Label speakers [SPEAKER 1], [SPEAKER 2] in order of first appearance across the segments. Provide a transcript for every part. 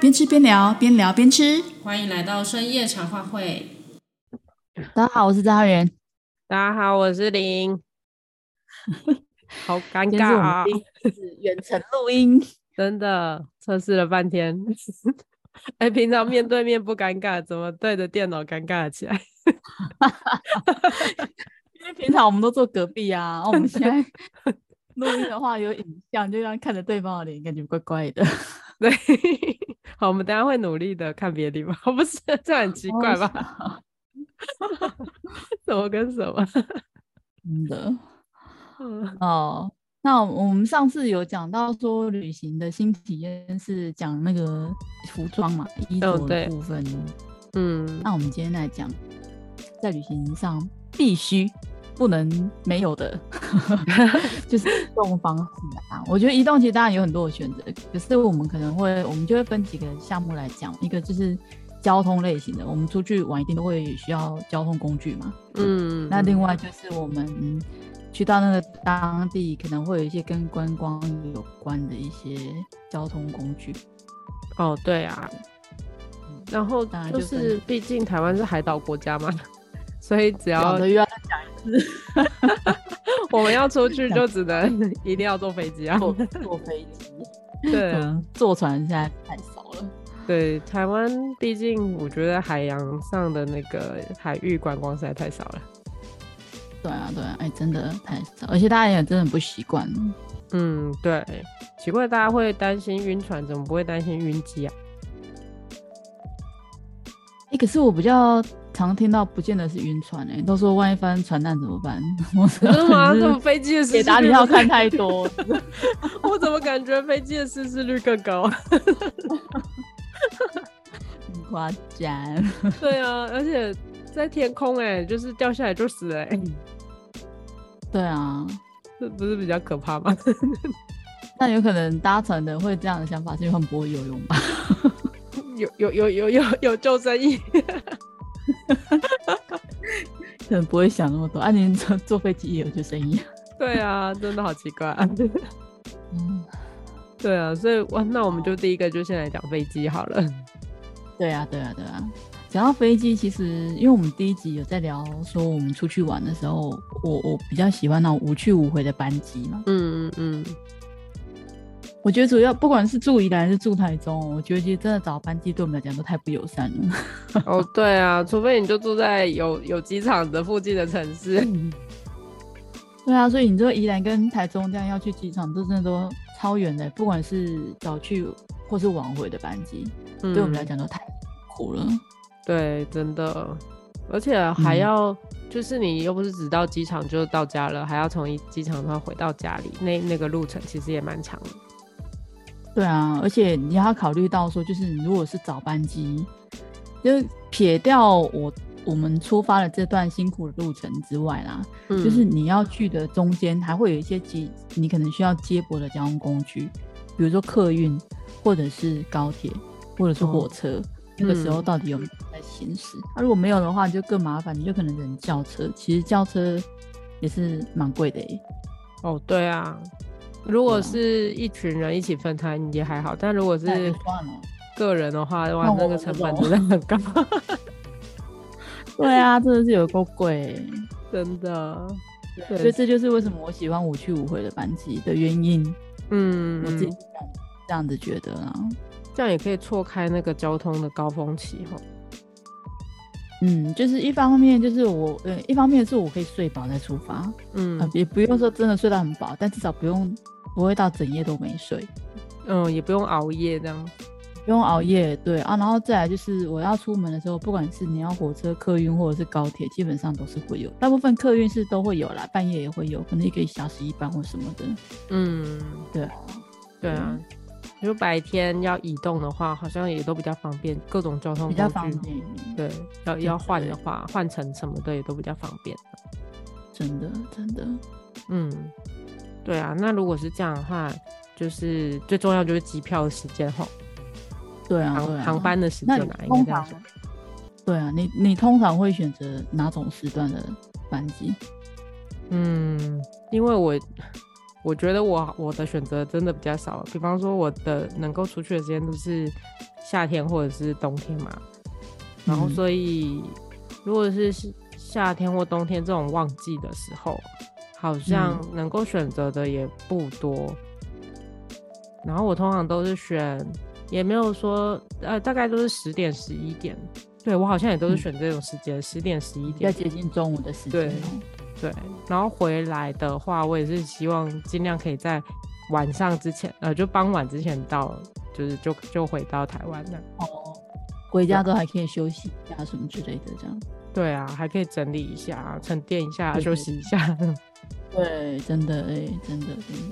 [SPEAKER 1] 边吃边聊，边聊边吃。
[SPEAKER 2] 欢迎来到深夜茶话会。
[SPEAKER 3] 大家好，我是张浩源。
[SPEAKER 4] 大家好，我 是林。好尴
[SPEAKER 3] 今天是
[SPEAKER 4] 尬
[SPEAKER 3] 我
[SPEAKER 4] 啊
[SPEAKER 3] 们！第一次远程录音，
[SPEAKER 4] 真的测试了半天。 哎、平常面对面不尴尬，怎么对着电脑尴尬了起来？
[SPEAKER 3] 因为平常我们都坐隔壁啊，我们现 在录音的话有影像，就像看着对方的脸，感觉怪怪的。
[SPEAKER 4] 对，好，我们等一下会努力的看别的地方，不 是这样很奇怪吧？
[SPEAKER 3] 吧？哦啊
[SPEAKER 4] 什么跟什么？
[SPEAKER 3] 真的
[SPEAKER 4] 嗯
[SPEAKER 3] 哦。那我们上次有讲到说旅行的新体验是讲那个服装嘛，衣着的
[SPEAKER 4] 哦对
[SPEAKER 3] 部分。
[SPEAKER 4] 嗯，
[SPEAKER 3] 那我们今天来讲，在旅行上必须不能没有的， 就是移动方式啊。我觉得移动其实当然有很多的选择，可是我们可能会，我们就会分几个项目来讲。一个就是交通类型的，我们出去玩一定都会需要交通工具嘛。
[SPEAKER 4] 嗯
[SPEAKER 3] 那另外就是我们嗯去到那个当地，可能会有一些跟观光有关的一些交通工具。
[SPEAKER 4] 哦，对啊。然后
[SPEAKER 3] 大家
[SPEAKER 4] 就
[SPEAKER 3] 嗯就分
[SPEAKER 4] 是，毕竟台湾是海岛国家嘛， 所以只要
[SPEAKER 3] 讲得又要
[SPEAKER 4] 我们要出 去，
[SPEAKER 3] 讲
[SPEAKER 4] 就只能一定要坐飞机啊。
[SPEAKER 3] 坐嗯坐飞机，
[SPEAKER 4] 对
[SPEAKER 3] 可
[SPEAKER 4] 啊，
[SPEAKER 3] 能坐船现在太少了。
[SPEAKER 4] 对，台湾毕竟我觉得海洋上的那个海域观光实在太少了。
[SPEAKER 3] 对啊，对啊，哎、真的太少，而且大家也真的不习惯。
[SPEAKER 4] 嗯，对，奇怪，大家会担心晕船，怎么不会担心晕 机啊？
[SPEAKER 3] 哎、可是我比较常听到，不见得是晕船、哎，都说万一发生船难怎么办？ 我真
[SPEAKER 4] 真的吗？怎么飞机的
[SPEAKER 3] 解
[SPEAKER 4] 失
[SPEAKER 3] 答
[SPEAKER 4] 事
[SPEAKER 3] 你
[SPEAKER 4] 率
[SPEAKER 3] 要
[SPEAKER 4] 不是？
[SPEAKER 3] 看太多，
[SPEAKER 4] 我怎么感觉飞机的失事率更高？
[SPEAKER 3] 很夸张。
[SPEAKER 4] 对啊，而且在天空哎、就是掉下来就死了哎、
[SPEAKER 3] 嗯对啊，
[SPEAKER 4] 这不是比较可怕吗？
[SPEAKER 3] 那有可能搭船的会这样的想法，是因为他们不会游泳吧？
[SPEAKER 4] 有有有有有有救生衣，
[SPEAKER 3] 可能不会想那么多。啊，你坐坐飞机也有救生衣。
[SPEAKER 4] 对啊，真的好奇怪、啊。
[SPEAKER 3] 嗯，
[SPEAKER 4] 对啊，所以哇，那我们就第一个就先来讲飞机好了。
[SPEAKER 3] 对啊，对啊，对啊。讲到飞机，其实因为我们第一集有在聊说我们出去玩的时候，我我比较喜欢那种无去无回的班机嘛。
[SPEAKER 4] 嗯嗯 嗯，
[SPEAKER 3] 我觉得主要不管是住宜兰还是住台中，我觉得其实真的找班机对我们来讲都太不友善了。
[SPEAKER 4] 哦，对啊，除非你就住在有有机场的附近的城市。
[SPEAKER 3] 对啊，所以你说宜兰跟台中这样要去机场，这真的都超远的，不管是早去或是晚回的班机，
[SPEAKER 4] 嗯
[SPEAKER 3] 对我们来，讲都太苦了。
[SPEAKER 4] 对，真的，而且还
[SPEAKER 3] 嗯
[SPEAKER 4] 要、就是你又不是只到机场就到家了，还要从一机场的话回到家里，那那个路程其实也蛮长的。
[SPEAKER 3] 对啊，而且你要考虑到说，就是你如果是早班机，就撇掉我我们出发的这段辛苦的路程之外啦，
[SPEAKER 4] 嗯
[SPEAKER 3] 就是你要去的中间还会有一些接，你可能需要接驳的交通工具，比如说客运，或者是高铁，或者是火车。那个时候
[SPEAKER 4] 嗯
[SPEAKER 3] 到底有没有在行驶？那、如果没有的话，就更麻烦，你就可能人叫车。其实叫车也是蛮贵的、欸，
[SPEAKER 4] 哦，对啊，如果
[SPEAKER 3] 对啊
[SPEAKER 4] 是一群人一起分摊也还好，但如果
[SPEAKER 3] 那也
[SPEAKER 4] 是
[SPEAKER 3] 算了。
[SPEAKER 4] 个人的话，
[SPEAKER 3] 那，
[SPEAKER 4] 哇那
[SPEAKER 3] 我
[SPEAKER 4] 个
[SPEAKER 3] 们
[SPEAKER 4] 成
[SPEAKER 3] 这
[SPEAKER 4] 本
[SPEAKER 3] 种
[SPEAKER 4] 真的很高，
[SPEAKER 3] 对啊，真的是有够贵欸、
[SPEAKER 4] 真的。对
[SPEAKER 3] 所以这就是为什么我喜欢无去无回的班机的原因。
[SPEAKER 4] 嗯，
[SPEAKER 3] 我自己
[SPEAKER 4] 嗯
[SPEAKER 3] 是这样这样子觉得啦。
[SPEAKER 4] 这样也可以错开那个交通的高峰期哈。
[SPEAKER 3] 嗯，就是一方面就是我，呃，一方面是我可以睡饱再出发，
[SPEAKER 4] 嗯
[SPEAKER 3] 啊，也不用说真的睡到很饱，但至少不用不会到整夜都没睡，
[SPEAKER 4] 嗯，也不用熬夜这样。
[SPEAKER 3] 不用熬夜，对啊。然后再来就是我要出门的时候，不管是你要火车、客运或者是高铁，基本上都是会有，大部分客运是都会有啦，半夜也会有，可能一个小时一班或什么的。
[SPEAKER 4] 嗯，
[SPEAKER 3] 对啊，
[SPEAKER 4] 对啊。就白天要移动的话，好像也都比较方便，各种交通
[SPEAKER 3] 比
[SPEAKER 4] 工
[SPEAKER 3] 较
[SPEAKER 4] 具
[SPEAKER 3] 方。便一点。
[SPEAKER 4] 对，要
[SPEAKER 3] 对
[SPEAKER 4] 要换
[SPEAKER 3] 对
[SPEAKER 4] 的话，换乘什么的也都比较方便。
[SPEAKER 3] 真的真的，
[SPEAKER 4] 嗯，对啊。那如果是这样的话，就是最重要就是机票的时间哈，
[SPEAKER 3] 对啊，对
[SPEAKER 4] 航
[SPEAKER 3] 啊
[SPEAKER 4] 航班的时
[SPEAKER 3] 那
[SPEAKER 4] 间
[SPEAKER 3] 你
[SPEAKER 4] 啊，应该
[SPEAKER 3] 通
[SPEAKER 4] 这样
[SPEAKER 3] 常
[SPEAKER 4] 说。
[SPEAKER 3] 对啊，你你通常会选择哪种时段的班机？
[SPEAKER 4] 嗯，因为我我觉得我我的选择真的比较少，比方说我的能够出去的时间都是夏天或者是冬天嘛，然后
[SPEAKER 3] 嗯
[SPEAKER 4] 所以如果是是夏天或冬天这种旺季的时候，好像
[SPEAKER 3] 嗯
[SPEAKER 4] 能够选择的也不多。然后我通常都是选，也没有说呃，大概都是十点十一点。对我好像也都是
[SPEAKER 3] 嗯
[SPEAKER 4] 选这种时间，十、点十一
[SPEAKER 3] 比较接
[SPEAKER 4] 点。
[SPEAKER 3] 近中午的时间
[SPEAKER 4] 对
[SPEAKER 3] 哦。
[SPEAKER 4] 对，然后回来的话，我也是希望尽量可以在晚上之前，呃，就傍晚之前到，就是就就回到台湾了。
[SPEAKER 3] 回家之后还可以休息一下什么之类的，这样。
[SPEAKER 4] 对啊，还可以整理一下，啊沉淀一下，
[SPEAKER 3] 对
[SPEAKER 4] 休
[SPEAKER 3] 对
[SPEAKER 4] 息一下。
[SPEAKER 3] 对，真的哎、真的真的。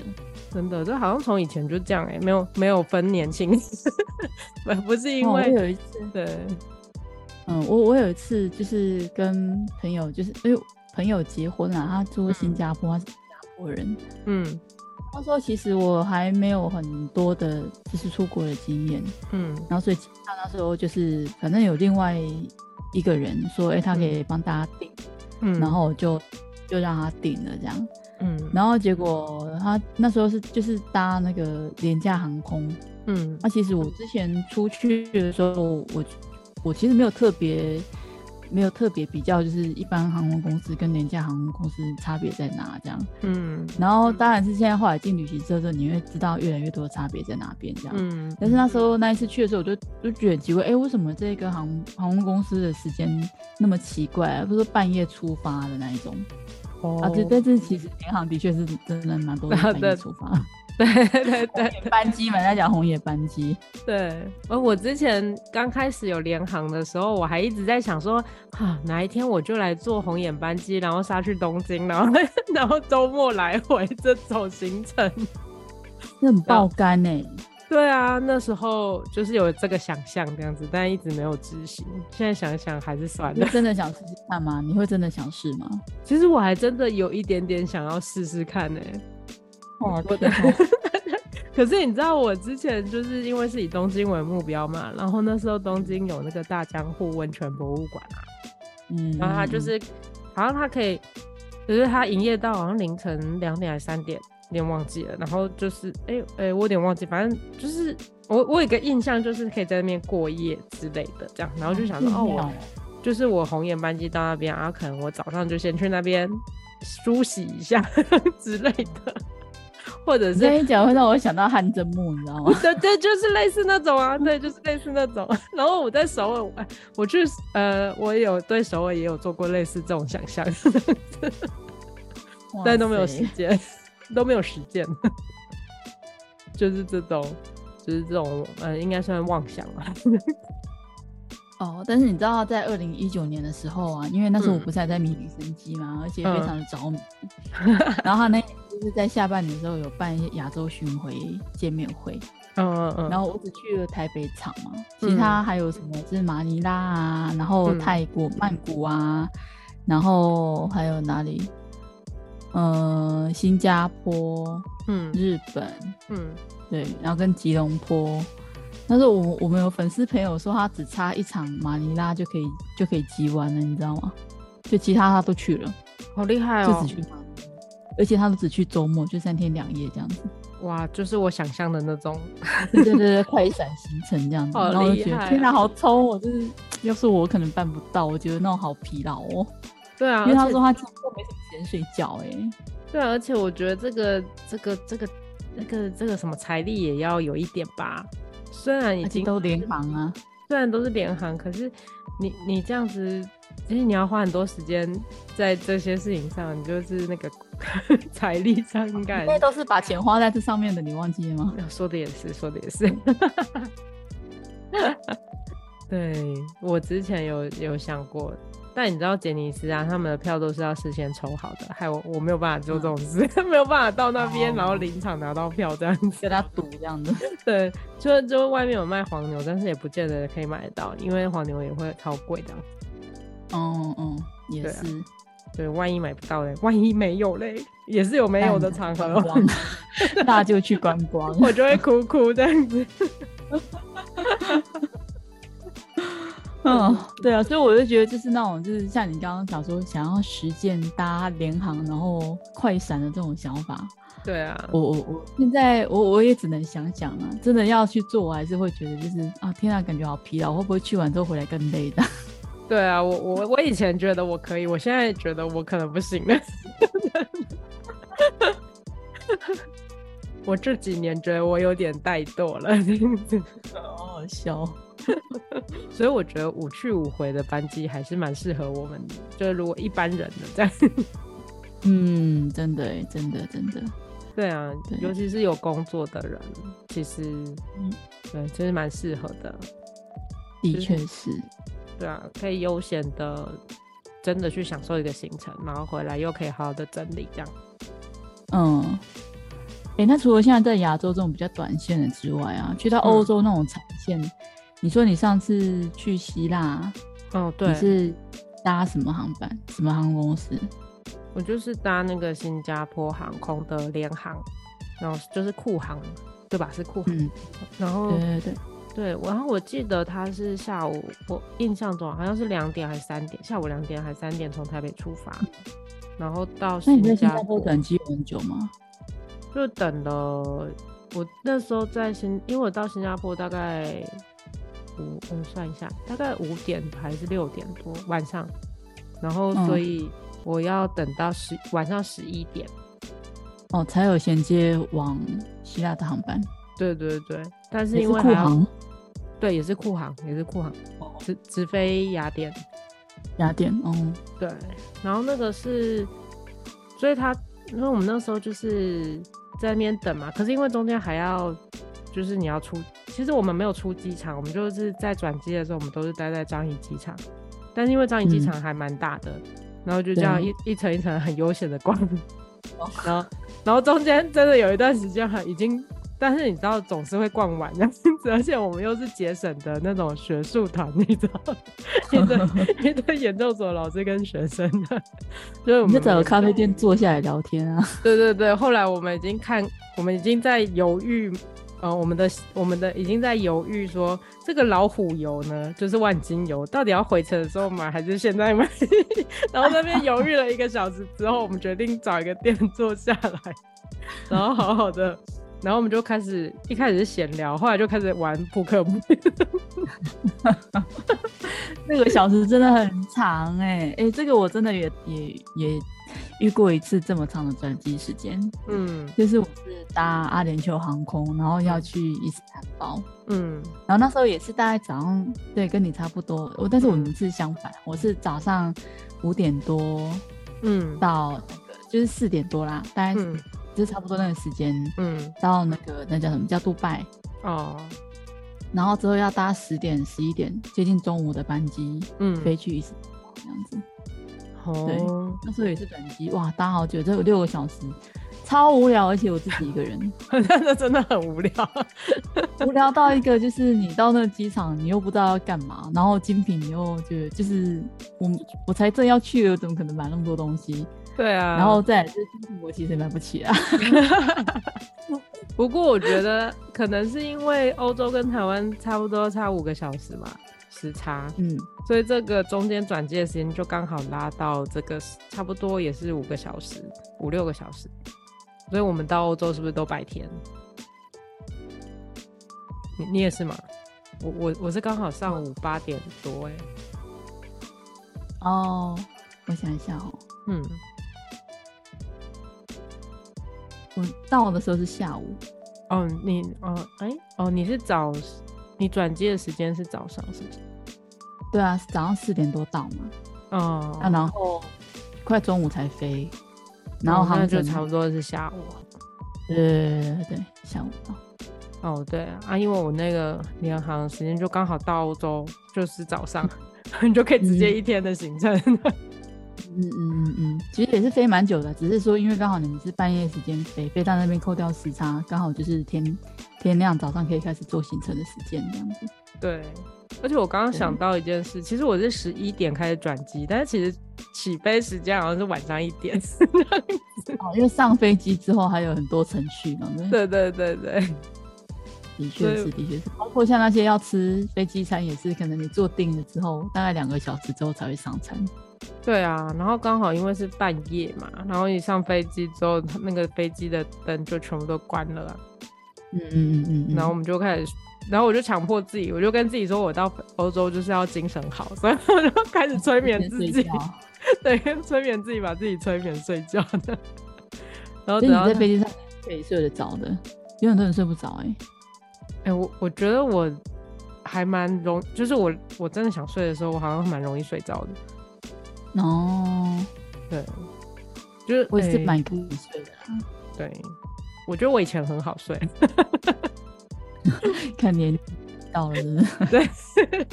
[SPEAKER 4] 真的，这好像从以前就这样哎、没有没有分年轻， 不不是因
[SPEAKER 3] 哦
[SPEAKER 4] 为、
[SPEAKER 3] 我有一次，
[SPEAKER 4] 对，
[SPEAKER 3] 嗯，我我有一次就是跟朋友，就是因为朋友结婚了、他住新加坡，他是新加坡人。
[SPEAKER 4] 嗯
[SPEAKER 3] 那时候其实我还没有很多的，就是出国的经验，
[SPEAKER 4] 嗯
[SPEAKER 3] 然后所以他那时候就是反正有另外一个人说，哎、他可以帮大家订，
[SPEAKER 4] 嗯，
[SPEAKER 3] 然后我就就让他订了这样，
[SPEAKER 4] 嗯
[SPEAKER 3] 然后结果他那时候是就是搭那个廉价航空，
[SPEAKER 4] 嗯
[SPEAKER 3] 那、其实我之前出去的时候，我我其实没有特别没有特别比较，就是一般航空公司跟廉价航空公司差别在哪这样。
[SPEAKER 4] 嗯
[SPEAKER 3] 然后当然是现在后来进旅行社之后，你会知道越来越多差别在哪边这样。
[SPEAKER 4] 嗯，
[SPEAKER 3] 但是那时候那一次去的时候，我就就觉得很奇怪，哎、为什么这个航航空公司的时间那么奇怪、啊？不是说半夜出发的那一种、
[SPEAKER 4] 哦
[SPEAKER 3] 啊？对，但是其实联航的确是真的蛮多是半
[SPEAKER 4] 对
[SPEAKER 3] 夜出发，
[SPEAKER 4] 对对对
[SPEAKER 3] 红眼班机嘛，人家讲红眼班机。
[SPEAKER 4] 对，而我之前刚开始有联航的时候，我还一直在想说，啊，哪一天我就来坐红眼班机，然后杀去东京，然后 然后周末来回这种行程。
[SPEAKER 3] 那很爆
[SPEAKER 4] 啊
[SPEAKER 3] 肝呢、
[SPEAKER 4] 对啊，那时候就是有这个想象这样子，但一直没有执行。现在想想还是算
[SPEAKER 3] 你
[SPEAKER 4] 了
[SPEAKER 3] 会。真的想试试看吗？你会真的想试吗？
[SPEAKER 4] 其实我还真的有一点点想要试试看呢、
[SPEAKER 3] 哦，
[SPEAKER 4] 我的 可是你知道，我之前就是因为是以东京为目标嘛，然后那时候东京有那个大江户温泉博物馆啊，
[SPEAKER 3] 嗯
[SPEAKER 4] 然后它就是好像它可以，就是它营业到好像凌晨两点还是三点，有点忘记了。然后就是哎哎、诶我有点忘记，反正就是我我有一个印象就是可以在那边过夜之类的这样，然后就想说哦
[SPEAKER 3] 嗯
[SPEAKER 4] 我就是我红眼班机到那边，然后可能我早上就先去那边梳洗一下 之类的，或者
[SPEAKER 3] 你这
[SPEAKER 4] 是。
[SPEAKER 3] 一讲会让我想到汗蒸木，你知道 吗？
[SPEAKER 4] 对对，就是类似那种啊，对，就是类似那种。 然后我在首尔，哎我去呃，我有对首尔也有做过类似这种想象，但都没有
[SPEAKER 3] 哇
[SPEAKER 4] 实
[SPEAKER 3] 塞
[SPEAKER 4] 践， 都没有实践， 就是这种，就是这种，呃，应该算妄想吧。
[SPEAKER 3] 哦。但是你知道，在二零一九年的时候啊，因为那时候我
[SPEAKER 4] 嗯
[SPEAKER 3] 不是还在迷女生机嘛，而且
[SPEAKER 4] 嗯
[SPEAKER 3] 非常的 着迷。然后他那年就是在下半年的时候有办一些亚洲巡回见面会，
[SPEAKER 4] 嗯嗯
[SPEAKER 3] 然
[SPEAKER 4] 嗯，
[SPEAKER 3] 后我只去了台北场嘛，其他还有什么是马尼拉啊，然后
[SPEAKER 4] 嗯
[SPEAKER 3] 泰国曼谷啊，然后还有哪里？呃，新加坡、
[SPEAKER 4] 嗯
[SPEAKER 3] 日本，
[SPEAKER 4] 嗯，
[SPEAKER 3] 对，然后跟吉隆坡。但是我我们有粉丝朋友说，他只差一场马尼拉就可以就可以集完了，你知道吗？就其他他都去了，
[SPEAKER 4] 好厉害
[SPEAKER 3] 就
[SPEAKER 4] 哦
[SPEAKER 3] 只！去马尼拉，而且他都只去周末，就三天两夜这样子。
[SPEAKER 4] 哇，就是我想象的那种，
[SPEAKER 3] 对 对对，对，快闪行程这样子，
[SPEAKER 4] 好
[SPEAKER 3] 然后我
[SPEAKER 4] 厉
[SPEAKER 3] 就觉得
[SPEAKER 4] 害
[SPEAKER 3] 天哪，
[SPEAKER 4] 啊
[SPEAKER 3] 好冲哦！就是要是我可能办不到，我觉得那种好疲劳 哦。
[SPEAKER 4] 对啊，
[SPEAKER 3] 因为
[SPEAKER 4] 而
[SPEAKER 3] 他
[SPEAKER 4] 且
[SPEAKER 3] 说他几乎没什么时间睡觉、欸，
[SPEAKER 4] 对啊，而且我觉得这个这个这个那个这个什么财力也要有一点吧。虽然已
[SPEAKER 3] 而且
[SPEAKER 4] 经
[SPEAKER 3] 都联航啊，
[SPEAKER 4] 虽然都是联航，可是你你这样子，其实你要花很多时间在这些事情上，你就是那个 财力上应该啊
[SPEAKER 3] 因 为都是把钱花在这上面的，你忘记了吗？
[SPEAKER 4] 说的也是，说的也是。对我之前有有想过，但你知道杰尼斯啊，他们的票都是要事先抽好的，害我我没有办法做这种事， 没有办法到那边、
[SPEAKER 3] 哦
[SPEAKER 4] 然后临场拿到票这样子。
[SPEAKER 3] 跟他赌这样 子，
[SPEAKER 4] 对，就就外面有卖黄牛，但是也不见得可以买得到，因为黄牛也会超贵的。
[SPEAKER 3] 嗯嗯，也
[SPEAKER 4] 对啊
[SPEAKER 3] 是，
[SPEAKER 4] 对，万一买不到嘞，万一没有嘞，也是啊有没有的场合
[SPEAKER 3] 观，光 大家就去观光。
[SPEAKER 4] 我就会哭哭这样子。
[SPEAKER 3] 嗯，对啊，所以我就觉得就是那种就是像你刚刚讲说想要实践搭联航然后快闪的这种想法，
[SPEAKER 4] 对啊，
[SPEAKER 3] 我我我现在我我也只能想想啊，真的要去做，我还是会觉得就是啊，天啊，感觉好疲劳，会不会去完之后回来更累的？
[SPEAKER 4] 对啊，我我我以前觉得我可以，我现在觉得我可能不行了。 我这几年觉得我有点怠惰了，这样子
[SPEAKER 3] 好好笑。哦
[SPEAKER 4] 所以我觉得五去五回的班机还是蛮适合我们的，就是如果一般人的这样。
[SPEAKER 3] 嗯，真的欸，真的，真的，
[SPEAKER 4] 对啊，
[SPEAKER 3] 对
[SPEAKER 4] 尤其是有工作的人，其实，对，其实蛮适合的。
[SPEAKER 3] 的
[SPEAKER 4] 就是
[SPEAKER 3] 确是。
[SPEAKER 4] 对啊，可以悠闲的，真的去享受一个行程，然后回来又可以好好的整理这样。
[SPEAKER 3] 嗯，哎、那除了现在在亚洲这种比较短线的之外啊，去到欧
[SPEAKER 4] 嗯
[SPEAKER 3] 洲那种长线，你说你上次去希腊，
[SPEAKER 4] 哦，对
[SPEAKER 3] 你，是搭什么航班？什么航空公司？
[SPEAKER 4] 我就是搭那个新加坡航空的联航，然后就是库航，对吧？是库航。
[SPEAKER 3] 嗯，
[SPEAKER 4] 然后
[SPEAKER 3] 对对对，
[SPEAKER 4] 对，然后我记得他是下午，我印象中好像是两点还是三点，下午两点还是三点从台北出发，然后到
[SPEAKER 3] 那你
[SPEAKER 4] 新
[SPEAKER 3] 在新
[SPEAKER 4] 加
[SPEAKER 3] 加坡转机有很久吗？
[SPEAKER 4] 就等了。我那时候在新，因为我到新加坡大概五，我算一下，大概五点还是六点多晚上，然后
[SPEAKER 3] 嗯
[SPEAKER 4] 所以我要等到十晚上十一点。
[SPEAKER 3] 哦，才有衔接往希腊的航班，
[SPEAKER 4] 对对对，但是
[SPEAKER 3] 也
[SPEAKER 4] 因为
[SPEAKER 3] 库
[SPEAKER 4] 还要
[SPEAKER 3] 航哦
[SPEAKER 4] 对，也是库航，也是库航，直直飞雅典。
[SPEAKER 3] 雅典，哦，
[SPEAKER 4] 对，然后那个是，所以他，因为我们那时候就是在那边等嘛，可是因为中间还要，就是你要出，其实我们没有出机场，我们就是在转机的时候，我们都是待在樟宜机场，但是因为樟宜机
[SPEAKER 3] 嗯
[SPEAKER 4] 场还蛮大的，然后就这
[SPEAKER 3] 对啊哦
[SPEAKER 4] 样一一层一层很悠闲的逛， 然后然后中间真的有一段时间很已经。但是你知道，总是会逛完这样子，而且我们又是节省的那种学术团，你知道吗， 一 对一对研究所老师跟学生的， 就是我
[SPEAKER 3] 你就找
[SPEAKER 4] 们没
[SPEAKER 3] 个
[SPEAKER 4] 有
[SPEAKER 3] 咖啡店坐下来聊天 啊。
[SPEAKER 4] 对对对，后来我们已经看，我们已经在犹豫，呃，我们的我们的已经在犹豫说，这个老虎油呢，就是万金油，到底要回程的时候买还是现 在买？然后那边犹豫了一个小时之后，我们决定找一个店坐下来，然后好好的，然后我们就开始一开始是闲聊，后来就开始玩扑克牌。
[SPEAKER 3] 那个小时真的很长哎、欸、哎、这个我真的也也也遇过一次这么长的转机时间，
[SPEAKER 4] 嗯
[SPEAKER 3] 就是我是搭阿联酋航空，然后要去伊斯坦堡，
[SPEAKER 4] 嗯
[SPEAKER 3] 然后那时候也是大概早上，对，跟你差不多，我但是我们是相反，我是早上五点多
[SPEAKER 4] 嗯
[SPEAKER 3] 到那个就是四点多啦，大概
[SPEAKER 4] 嗯
[SPEAKER 3] 就是差不多那个时间
[SPEAKER 4] 嗯
[SPEAKER 3] 到那个那叫什么叫杜拜，
[SPEAKER 4] 哦
[SPEAKER 3] 然后之后要搭十点十一点接近中午的班机
[SPEAKER 4] 嗯
[SPEAKER 3] 飞去伊斯坦堡这样子。
[SPEAKER 4] 哦，
[SPEAKER 3] 那时候也是转机，哇，搭好久，这有六个小时，超无聊，而且我自己一个人，
[SPEAKER 4] 那真的很无聊。
[SPEAKER 3] 无聊到一个就是你到那个机场，你又不知道要干嘛，然后精品你又觉得就是我我才正要去，我怎么可能买那么多东西？
[SPEAKER 4] 对啊，
[SPEAKER 3] 然后再来就是精品我其实也买不起啊，
[SPEAKER 4] 不过我觉得可能是因为欧洲跟台湾差不多差五个小时嘛，时差，
[SPEAKER 3] 嗯，
[SPEAKER 4] 所以这个中间转机的时间就刚好拉到这个时差不多也是五个小时，五六个小时。所以我们到欧洲是不是都白天？你你也是吗？我我我是刚好上午八点多哎、
[SPEAKER 3] 哦，我想一下哦，
[SPEAKER 4] 嗯，
[SPEAKER 3] 我到的时候是下午，
[SPEAKER 4] 哦你哦哎、哦你是早，你转机的时间是早上是不是？
[SPEAKER 3] 对啊，早上四点多到嘛，
[SPEAKER 4] 哦，
[SPEAKER 3] 啊，然后快中午才飞，然后
[SPEAKER 4] 哦那
[SPEAKER 3] 航
[SPEAKER 4] 就
[SPEAKER 3] 程
[SPEAKER 4] 差不多是下午。啊
[SPEAKER 3] 对对对对对，下午到。
[SPEAKER 4] 哦，对啊，因为我那个联航时间就刚好到欧洲，就是早上， 你就可以直接一天的行程。
[SPEAKER 3] 嗯嗯嗯嗯，其实也是飞蛮久的，只是说因为刚好你们是半夜时间飞，飞到那边扣掉时差，刚好就是天天亮，早上可以开始做行程的时间这样子。
[SPEAKER 4] 对，而且我刚刚想
[SPEAKER 3] 对
[SPEAKER 4] 到一件事，其实我是十一点开始转机，但是其实起飞时间好像是晚上一点。
[SPEAKER 3] 哦，因为上飞机之后还有很多程序嘛，对，
[SPEAKER 4] 对对对对，
[SPEAKER 3] 的确
[SPEAKER 4] 所以
[SPEAKER 3] 是，的确是，包括像那些要吃飞机餐也是，可能你坐定了之后，大概两个小时之后才会上餐。
[SPEAKER 4] 对啊，然后刚好因为是半夜嘛，然后一上飞机之后，那个飞机的灯就全部都关了、啊，
[SPEAKER 3] 嗯嗯嗯嗯，
[SPEAKER 4] 然后我们就开始，然后我就强迫自己，我就跟自己说，我到欧洲就是要精神好，所以我就开始催眠自
[SPEAKER 3] 睡
[SPEAKER 4] 己
[SPEAKER 3] 觉，
[SPEAKER 4] 对， 催眠自己把自己催眠睡觉的。然
[SPEAKER 3] 所以
[SPEAKER 4] 后等
[SPEAKER 3] 你
[SPEAKER 4] 到
[SPEAKER 3] 在飞机上可以睡得着的，有很多人睡不着哎、
[SPEAKER 4] 哎、我我觉得我还蛮容，就是我我真的想睡的时候，我好像蛮容易睡着的。
[SPEAKER 3] 哦，
[SPEAKER 4] 对，就是
[SPEAKER 3] 我也是
[SPEAKER 4] 哎
[SPEAKER 3] 蛮可以睡的啊啦，
[SPEAKER 4] 对，我觉得我以前很好睡。
[SPEAKER 3] 看年纪到了是不是
[SPEAKER 4] 对，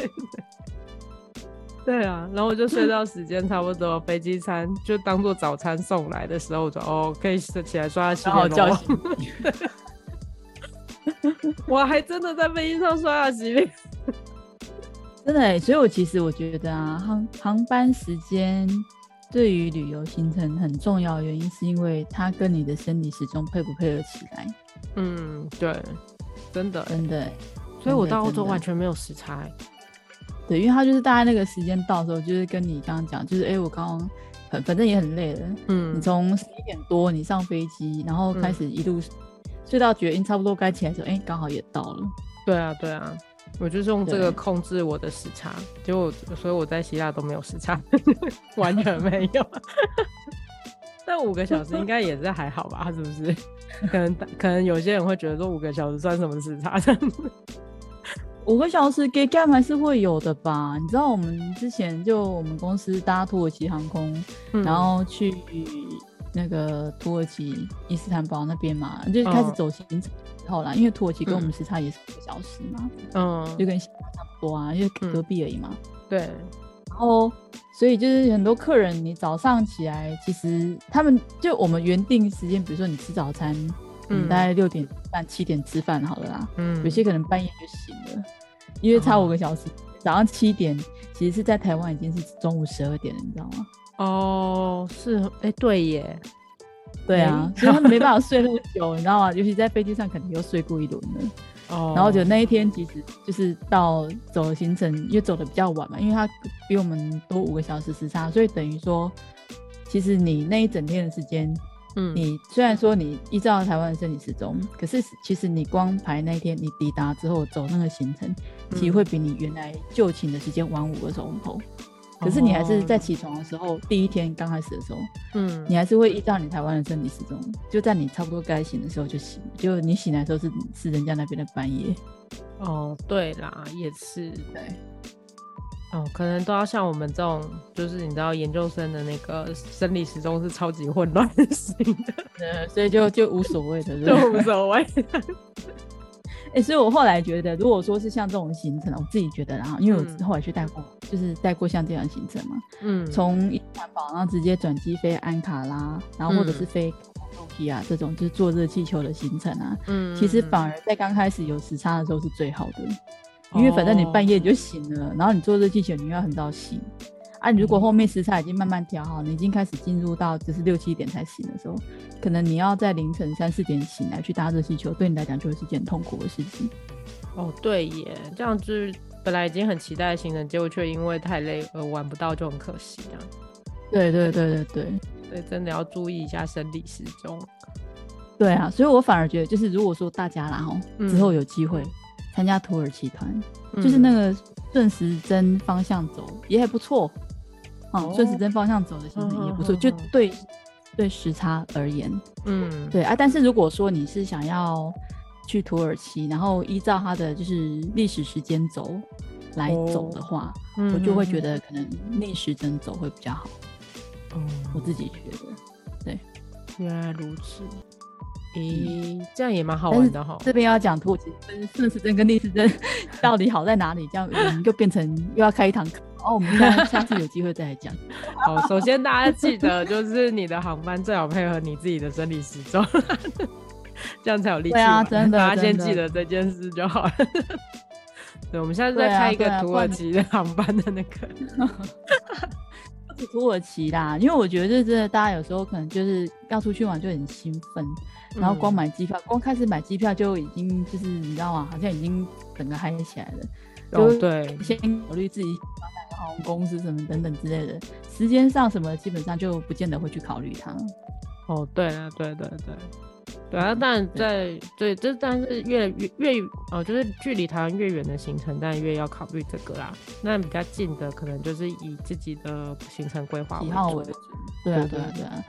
[SPEAKER 4] 对啊，然后我就睡到时间差不多，飞机餐就当做早餐送来的时候，我就哦可以起来刷牙洗
[SPEAKER 3] 刚 好
[SPEAKER 4] 脸
[SPEAKER 3] 叫
[SPEAKER 4] 喽。
[SPEAKER 3] 醒你，
[SPEAKER 4] 我还真的在飞机上刷牙洗脸。
[SPEAKER 3] 真的、欸，所以我其实我觉得啊，航航班时间对于旅游行程很重要的原因，是因为它跟你的身体时钟配不配合起来，
[SPEAKER 4] 嗯，对，真的欸，
[SPEAKER 3] 真的欸、
[SPEAKER 4] 所以我
[SPEAKER 3] 真的
[SPEAKER 4] 到欧
[SPEAKER 3] 真
[SPEAKER 4] 洲
[SPEAKER 3] 的
[SPEAKER 4] 完全没有时差欸。
[SPEAKER 3] 对，因为它就是大概那个时间到的时候，就是跟你刚刚讲，就是哎、欸我刚刚很反正也很累了，你
[SPEAKER 4] 嗯，
[SPEAKER 3] 从十一点多你上飞机，然后开始一路睡到决定差不多该起来的时候，哎、刚好也到了。
[SPEAKER 4] 对啊，对啊，我就是用这
[SPEAKER 3] 对
[SPEAKER 4] 个控制我的时差，结果所以我在希腊都没有时 差，完全没有。但五个小时应该也是还好吧？是不是？可能可能有些人会觉得说五个小时算什么时差？
[SPEAKER 3] 五个小时给 gap 还是会有的吧？你知道我们之前就我们公司搭土耳其航空，
[SPEAKER 4] 嗯
[SPEAKER 3] 然后去那个土耳其伊斯坦堡那边嘛，就是开始
[SPEAKER 4] 嗯
[SPEAKER 3] 走行程之后啦，因为土耳其跟我们
[SPEAKER 4] 嗯
[SPEAKER 3] 时差也是五个小时嘛，就
[SPEAKER 4] 嗯，
[SPEAKER 3] 跟香港差不多啊，因为
[SPEAKER 4] 嗯
[SPEAKER 3] 隔壁而已嘛。
[SPEAKER 4] 对，
[SPEAKER 3] 然后，哦所以就是很多客人，你早上起来，其实他们就我们原定时间，比如说你吃早餐，嗯，
[SPEAKER 4] 嗯
[SPEAKER 3] 大概六点半七点吃饭好了啦。
[SPEAKER 4] 嗯，
[SPEAKER 3] 有些可能半夜就醒了，因为差
[SPEAKER 4] 哦
[SPEAKER 3] 五个小时，早上七点其实是在台湾已经是中午十二点了，你知道吗？
[SPEAKER 4] 哦是哎、对耶，
[SPEAKER 3] 对啊，
[SPEAKER 4] 哎
[SPEAKER 3] 所以他们没办法睡那么久，你知道吗？尤其在飞机上，肯定又睡过一轮了。
[SPEAKER 4] 哦，
[SPEAKER 3] 然后就那一天其实就是到走的行程，因为走的比较晚嘛，因为它比我们多五个小时时差，所以等于说，其实你那一整天的时间，
[SPEAKER 4] 嗯
[SPEAKER 3] 你虽然说你依照台湾的生理时钟，可是其实你光排那一天你抵达之后走那个行程，其实会比你原来就寝的时间晚五个钟头。可是你还是在起床的时候，第一天刚开始的时候，
[SPEAKER 4] 嗯
[SPEAKER 3] 你还是会依照你台湾的生理时钟，就在你差不多该醒的时候就醒，就你醒来的时候是是人家那边的半夜。
[SPEAKER 4] 哦对啦，也是
[SPEAKER 3] 对，
[SPEAKER 4] 哦，可能都要像我们这种，就是你知道研究生的那个生理时钟是超级混乱型 的，
[SPEAKER 3] 呃，所以就就无所谓的，对
[SPEAKER 4] 就
[SPEAKER 3] 吧。
[SPEAKER 4] 无所谓。
[SPEAKER 3] 哎、所以我后来觉得，如果说是像这种行程啊，我自己觉得啦，然后因为我
[SPEAKER 4] 嗯
[SPEAKER 3] 后来去带过，就是带过像这样的行程嘛，
[SPEAKER 4] 嗯，
[SPEAKER 3] 从伊斯坦堡，然后直接转机飞安卡拉，然后或者
[SPEAKER 4] 嗯
[SPEAKER 3] 是飞卡帕多皮亚这种，就是坐热气球的行程啊，
[SPEAKER 4] 嗯
[SPEAKER 3] 其实反而在刚开始有时差的时候是最好的，因为反正你半
[SPEAKER 4] 哦
[SPEAKER 3] 夜你就醒了，然后你坐热气球，你又要很早醒。啊，你如果
[SPEAKER 4] 嗯
[SPEAKER 3] 后面时差已经慢慢调好，你已经开始进入到就是六七点才醒的时候，可能你要在凌晨三四点醒来去搭热气球，对你来讲就会是件痛苦的事情。
[SPEAKER 4] 哦对耶，这样就是本来已经很期待的行程，结果却因为太累而玩不到，就很可惜这样。
[SPEAKER 3] 对对对对对
[SPEAKER 4] 所以真的要注意一下生理时钟。
[SPEAKER 3] 对啊！所以我反而觉得，就是如果说大家啦吼，
[SPEAKER 4] 嗯
[SPEAKER 3] 之后有机会参加土耳其团，就是那
[SPEAKER 4] 嗯
[SPEAKER 3] 个顺时针方向走也还不错，哦
[SPEAKER 4] 哦，
[SPEAKER 3] 顺时针方向走的行程也不错，
[SPEAKER 4] 嗯嗯嗯
[SPEAKER 3] 就
[SPEAKER 4] 嗯
[SPEAKER 3] 对对时差而言，
[SPEAKER 4] 嗯
[SPEAKER 3] 对啊。但是如果说你是想要去土耳其，然后依照它的就是历史时间轴来走的话，
[SPEAKER 4] 嗯
[SPEAKER 3] 我就会觉
[SPEAKER 4] 嗯
[SPEAKER 3] 得可能逆时针走会比较好，
[SPEAKER 4] 嗯
[SPEAKER 3] 我自己觉得。
[SPEAKER 4] 原来如此。咦、这样也蛮
[SPEAKER 3] 嗯
[SPEAKER 4] 好
[SPEAKER 3] 但是
[SPEAKER 4] 玩的哈。
[SPEAKER 3] 这边要讲土耳其分顺时针跟逆时针 到底好在哪里，这样我们就变成又要开一堂课。哦，我们 下下次有机会再来讲。
[SPEAKER 4] 好，首先大家记得，就是你的航班最好配合你自己的生理时钟，这样才有力气
[SPEAKER 3] 对啊
[SPEAKER 4] 玩。
[SPEAKER 3] 真的
[SPEAKER 4] 大家先
[SPEAKER 3] 真的
[SPEAKER 4] 记得这件事就好了。对，我们下次再
[SPEAKER 3] 对啊
[SPEAKER 4] 开一个
[SPEAKER 3] 对啊
[SPEAKER 4] 土
[SPEAKER 3] 不然
[SPEAKER 4] 耳其的航班的那个，
[SPEAKER 3] 土耳其啦，因为我觉得这真的，大家有时候可能就是要出去玩就很兴奋， 然后
[SPEAKER 4] 嗯
[SPEAKER 3] 光买机票，光开始买机票就已经就是你知道吗？好像已经整个嗨起来了，
[SPEAKER 4] 哦
[SPEAKER 3] 就
[SPEAKER 4] 对
[SPEAKER 3] 先考虑自己喜欢哪个航空公司什么等等之类的，时间上什么基本上就不见得会去考虑它。
[SPEAKER 4] 哦，对啊，对对对，对啊，但在对这但是越越越哦，就是距离台湾越远的行程，但越要考虑这个啦。那比较近的，可能就是以自己的行程规划
[SPEAKER 3] 喜好
[SPEAKER 4] 为
[SPEAKER 3] 为
[SPEAKER 4] 主
[SPEAKER 3] 主。对啊，
[SPEAKER 4] 啊对
[SPEAKER 3] 对啊，对啊。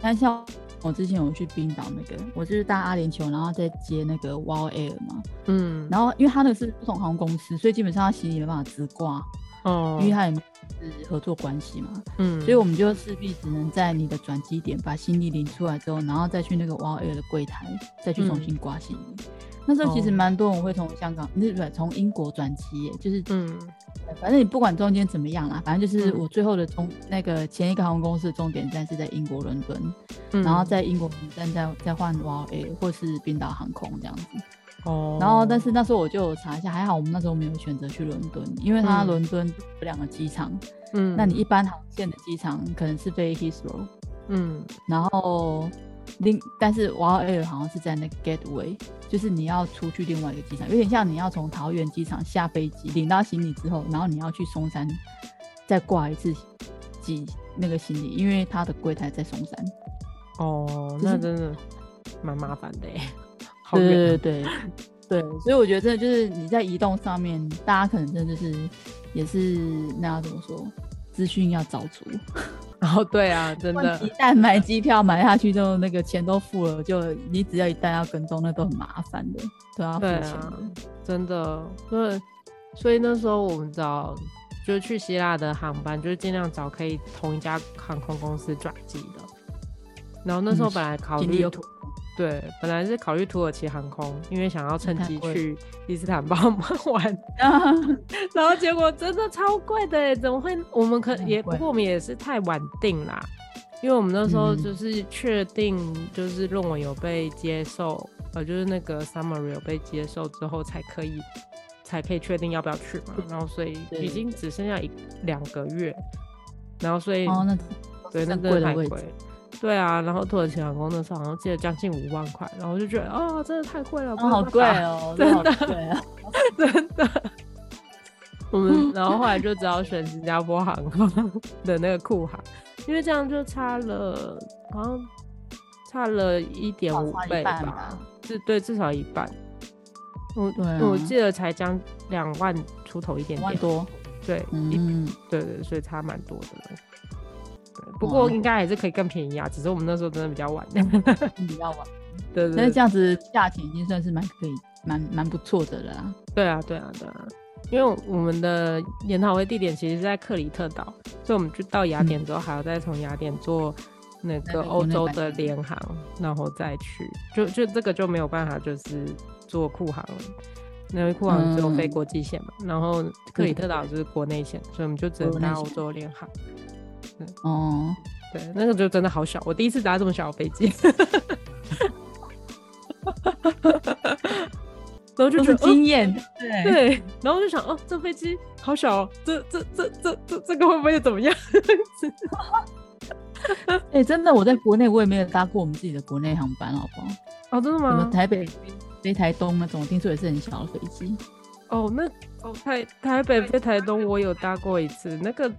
[SPEAKER 3] 但像我之前有去冰岛那个，我就是搭阿联酋，然后再接那个 Wow Air 嘛。
[SPEAKER 4] 嗯，
[SPEAKER 3] 然后因为它那个是不同航空公司，所以基本上它行李没办法直挂，
[SPEAKER 4] 哦
[SPEAKER 3] 因为，它也没有是合作关系嘛。
[SPEAKER 4] 嗯，
[SPEAKER 3] 所以我们就势必只能在你的转机点把行李领出来之后，然后再去那个 Wow Air 的柜台再去重新挂行李。那时候其实
[SPEAKER 4] 嗯哦
[SPEAKER 3] 蛮多人会从香港，那不是从英国转机耶，就是呃
[SPEAKER 4] 嗯
[SPEAKER 3] 反正你不管中间怎么样啦，反正就是
[SPEAKER 4] 嗯
[SPEAKER 3] 我最后的终那个前一个航空公司的终点站是在英国伦敦，
[SPEAKER 4] 嗯，
[SPEAKER 3] 然后在英国伦敦再再换 Wow Air 或是冰岛航空这样子。
[SPEAKER 4] 哦，
[SPEAKER 3] 然后，但是那时候我就有查一下，还好我们那时候没有选择去伦敦，因为它
[SPEAKER 4] 嗯
[SPEAKER 3] 伦敦有两个机场，
[SPEAKER 4] 嗯，
[SPEAKER 3] 那你一般航线的机场可能是飞 Heathrow，
[SPEAKER 4] 嗯
[SPEAKER 3] 然后另但是 w a Air 好像是在那个 Gateway，就是你要出去另外一个机场，有点像你要从桃园机场下飞机，领到行李之后，然后你要去松山再挂一次机那个行李，因为它的柜台在松山。
[SPEAKER 4] 哦，
[SPEAKER 3] 就是
[SPEAKER 4] 那真的蛮麻烦 的耶，好远哦
[SPEAKER 3] 对对对对，所以我觉得真的就是你在移动上面，大家可能真的就是也是那要怎么说，资讯要找足。
[SPEAKER 4] 哦，对 啊，真的
[SPEAKER 3] 一，旦买机票买下去，就那个钱都付了，就你只要一旦要跟踪，那都很麻烦的，都要付
[SPEAKER 4] 对
[SPEAKER 3] 钱
[SPEAKER 4] 啊
[SPEAKER 3] 的。，
[SPEAKER 4] 真的，对，所以那时候我们找就是去希腊的航班，就是尽量找可以同一家航空公司转机的。然后那时候
[SPEAKER 3] 嗯
[SPEAKER 4] 本来考
[SPEAKER 3] 精力
[SPEAKER 4] 虑
[SPEAKER 3] 又
[SPEAKER 4] 土、对，本来是考虑土耳其航空，因为想要趁
[SPEAKER 3] 太
[SPEAKER 4] 机
[SPEAKER 3] 贵
[SPEAKER 4] 去伊斯坦堡 玩，然后结果真的超贵的耶，怎么会？我们可
[SPEAKER 3] 真的很
[SPEAKER 4] 也不
[SPEAKER 3] 贵
[SPEAKER 4] 过我们也是太晚定啦，因为我们那时候
[SPEAKER 3] 嗯
[SPEAKER 4] 就是确定就是论文有被接受，呃，就是那个 summary 有被接受之后才可以才可以确定要不要去嘛，然后所以
[SPEAKER 3] 嗯对
[SPEAKER 4] 已经只剩下一两个月，然后所以、
[SPEAKER 3] 哦，那
[SPEAKER 4] 对那
[SPEAKER 3] 很贵
[SPEAKER 4] 真的
[SPEAKER 3] 的
[SPEAKER 4] 太
[SPEAKER 3] 位
[SPEAKER 4] 贵
[SPEAKER 3] 置。。
[SPEAKER 4] 对啊，然后土耳其航空那时候好像记得将近五万块，然后我就觉得啊、真的太贵了，
[SPEAKER 3] 哦，好
[SPEAKER 4] 没有
[SPEAKER 3] 贵
[SPEAKER 4] 办法
[SPEAKER 3] 哦，
[SPEAKER 4] 真
[SPEAKER 3] 真的
[SPEAKER 4] 的
[SPEAKER 3] 好贵 哦。
[SPEAKER 4] 真的。 我
[SPEAKER 3] 嗯
[SPEAKER 4] 们然后后来就只好选新加坡航空的那个库航，因为这样就差了好像差了一点五
[SPEAKER 3] 少一
[SPEAKER 4] 倍
[SPEAKER 3] 半啊
[SPEAKER 4] 吧
[SPEAKER 3] 吧，
[SPEAKER 4] 至对至少一半。我
[SPEAKER 3] 对啊
[SPEAKER 4] 我记得才将两万出头一点
[SPEAKER 3] 两万
[SPEAKER 4] 点，
[SPEAKER 3] 多，
[SPEAKER 4] 对，一
[SPEAKER 3] 嗯，
[SPEAKER 4] 对对，所以差蛮多的了。对不
[SPEAKER 3] 哇
[SPEAKER 4] 过应该还是可以更便宜啊，只是我们那时候真的比较晚。
[SPEAKER 3] 比较晚。
[SPEAKER 4] 对对
[SPEAKER 3] 啊但
[SPEAKER 4] 对
[SPEAKER 3] 是这样子价钱已经算是蛮可以、蛮蛮不错的了啦。
[SPEAKER 4] 对啊，对啊，对啊，因为我们的研讨会地点其实是在克里特岛，所以我们就到雅
[SPEAKER 3] 嗯
[SPEAKER 4] 典之后，还要再从雅典坐那
[SPEAKER 3] 再
[SPEAKER 4] 个
[SPEAKER 3] 飞国
[SPEAKER 4] 欧
[SPEAKER 3] 内
[SPEAKER 4] 洲
[SPEAKER 3] 班
[SPEAKER 4] 的
[SPEAKER 3] 机
[SPEAKER 4] 联航，然后再去，就就这个就没有办法，就是坐库航了。因为库航只有飞
[SPEAKER 3] 嗯
[SPEAKER 4] 国际线嘛，然后克
[SPEAKER 3] 对
[SPEAKER 4] 里
[SPEAKER 3] 对
[SPEAKER 4] 特岛就是国内线，所以我们就只能
[SPEAKER 3] 国内
[SPEAKER 4] 搭
[SPEAKER 3] 线
[SPEAKER 4] 欧洲联航。
[SPEAKER 3] 哦，
[SPEAKER 4] 对，那个就真的好小，我第一次搭这么小的飞机， 然
[SPEAKER 3] 都
[SPEAKER 4] 后就觉
[SPEAKER 3] 是
[SPEAKER 4] 得哦
[SPEAKER 3] 经验，对，
[SPEAKER 4] 对，然后我就想，哦，这飞机好小、哦，这这这这这这个会不会怎么样？
[SPEAKER 3] 哎，真的，我在国内我也没有搭过我们自己的国内航班，好不好？
[SPEAKER 4] 哦，真
[SPEAKER 3] 什
[SPEAKER 4] 的
[SPEAKER 3] 么
[SPEAKER 4] 吗？
[SPEAKER 3] 台北飞台东那种，听说也是很小的飞机。
[SPEAKER 4] 哦，那哦台台北飞台东，我有搭过一次，那个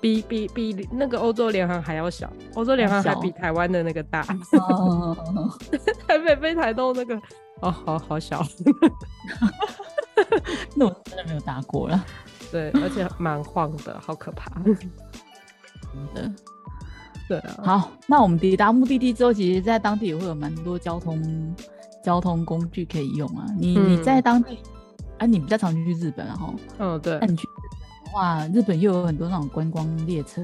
[SPEAKER 4] 比比比那个欧洲联航还要小，欧洲联航还
[SPEAKER 3] 小
[SPEAKER 4] 比台湾的那个大。
[SPEAKER 3] 哦，
[SPEAKER 4] 台北飞台东那个，哦，好好小，
[SPEAKER 3] 那我真的没有搭过了。
[SPEAKER 4] 对，而且蛮晃的，好可怕。
[SPEAKER 3] 的
[SPEAKER 4] 对啊，
[SPEAKER 3] 好，那我们抵达目的地之后，其实在当地也会有蛮多交通交通工具可以用啊。你、
[SPEAKER 4] 嗯
[SPEAKER 3] 你在当地，啊，你比较常去日本然后，
[SPEAKER 4] 嗯，对
[SPEAKER 3] 那，你去日本的话，日本又有很多那种观光列车，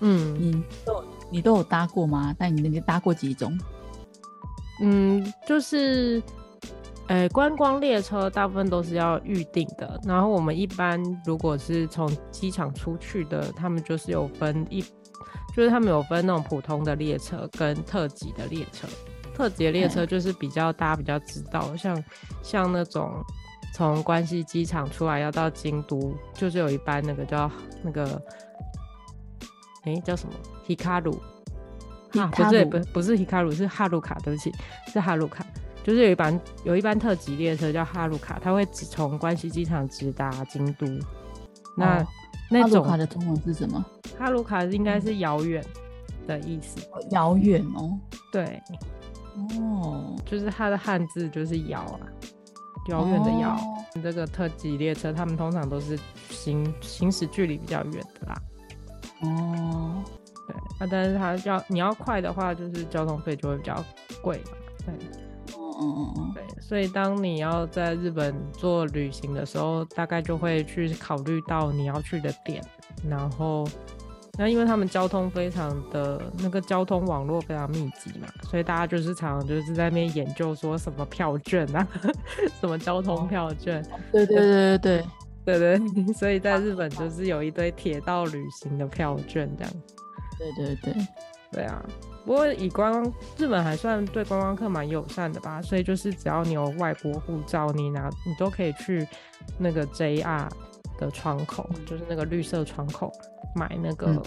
[SPEAKER 4] 嗯
[SPEAKER 3] 你都有你都有搭过吗？但你你搭过几种？
[SPEAKER 4] 嗯，就是，呃，观光列车大部分都是要预定的。然后我们一般如果是从机场出去的，他们就是有分一，就是他们有分那种普通的列车跟特级的列车。特级的列车就是比较大家比较知道，像像那种从关西机场出来要到京都，就是有一班那个叫那个，诶，叫什么 Hikaru。啊，不是
[SPEAKER 3] Hikaru
[SPEAKER 4] 不不是 Hikaru，是哈鲁卡，对不起，是哈鲁卡，就是有一班有一班特级列车叫哈鲁卡，它会只从关西机场直达京都。那、
[SPEAKER 3] 哦
[SPEAKER 4] 那
[SPEAKER 3] 哈鲁
[SPEAKER 4] 种
[SPEAKER 3] 卡的嗯中文是什么？
[SPEAKER 4] 哈鲁卡应该是遥远的意思，
[SPEAKER 3] 遥远哦。
[SPEAKER 4] 对，
[SPEAKER 3] 哦，
[SPEAKER 4] 就是它的汉字就是遥啊，遥远的遥。
[SPEAKER 3] 哦
[SPEAKER 4] 这个特级列车，他们通常都是行行驶距离比较远的啦。
[SPEAKER 3] 哦，
[SPEAKER 4] 对，啊，但是它要你要快的话，就是交通费就会比较贵嘛。对哦
[SPEAKER 3] 嗯嗯嗯
[SPEAKER 4] 对，所以当你要在日本做旅行的时候，大概就会去考虑到你要去的点，然后那因为他们交通非常的那个交通网络非常密集嘛，所以大家就是常常就是在那边研究说什么票券啊， 什么交通票券，
[SPEAKER 3] 嗯，对对对对对，
[SPEAKER 4] 对对， 所以在日本就是有一堆铁道旅行的票券这样。
[SPEAKER 3] 对对对，
[SPEAKER 4] 对啊，不过以观光日本还算对观光客蛮友善的吧，所以就是只要你有外国护照，你拿你都可以去那个 JR 的窗口，就是那个绿色窗口买那个、
[SPEAKER 3] 嗯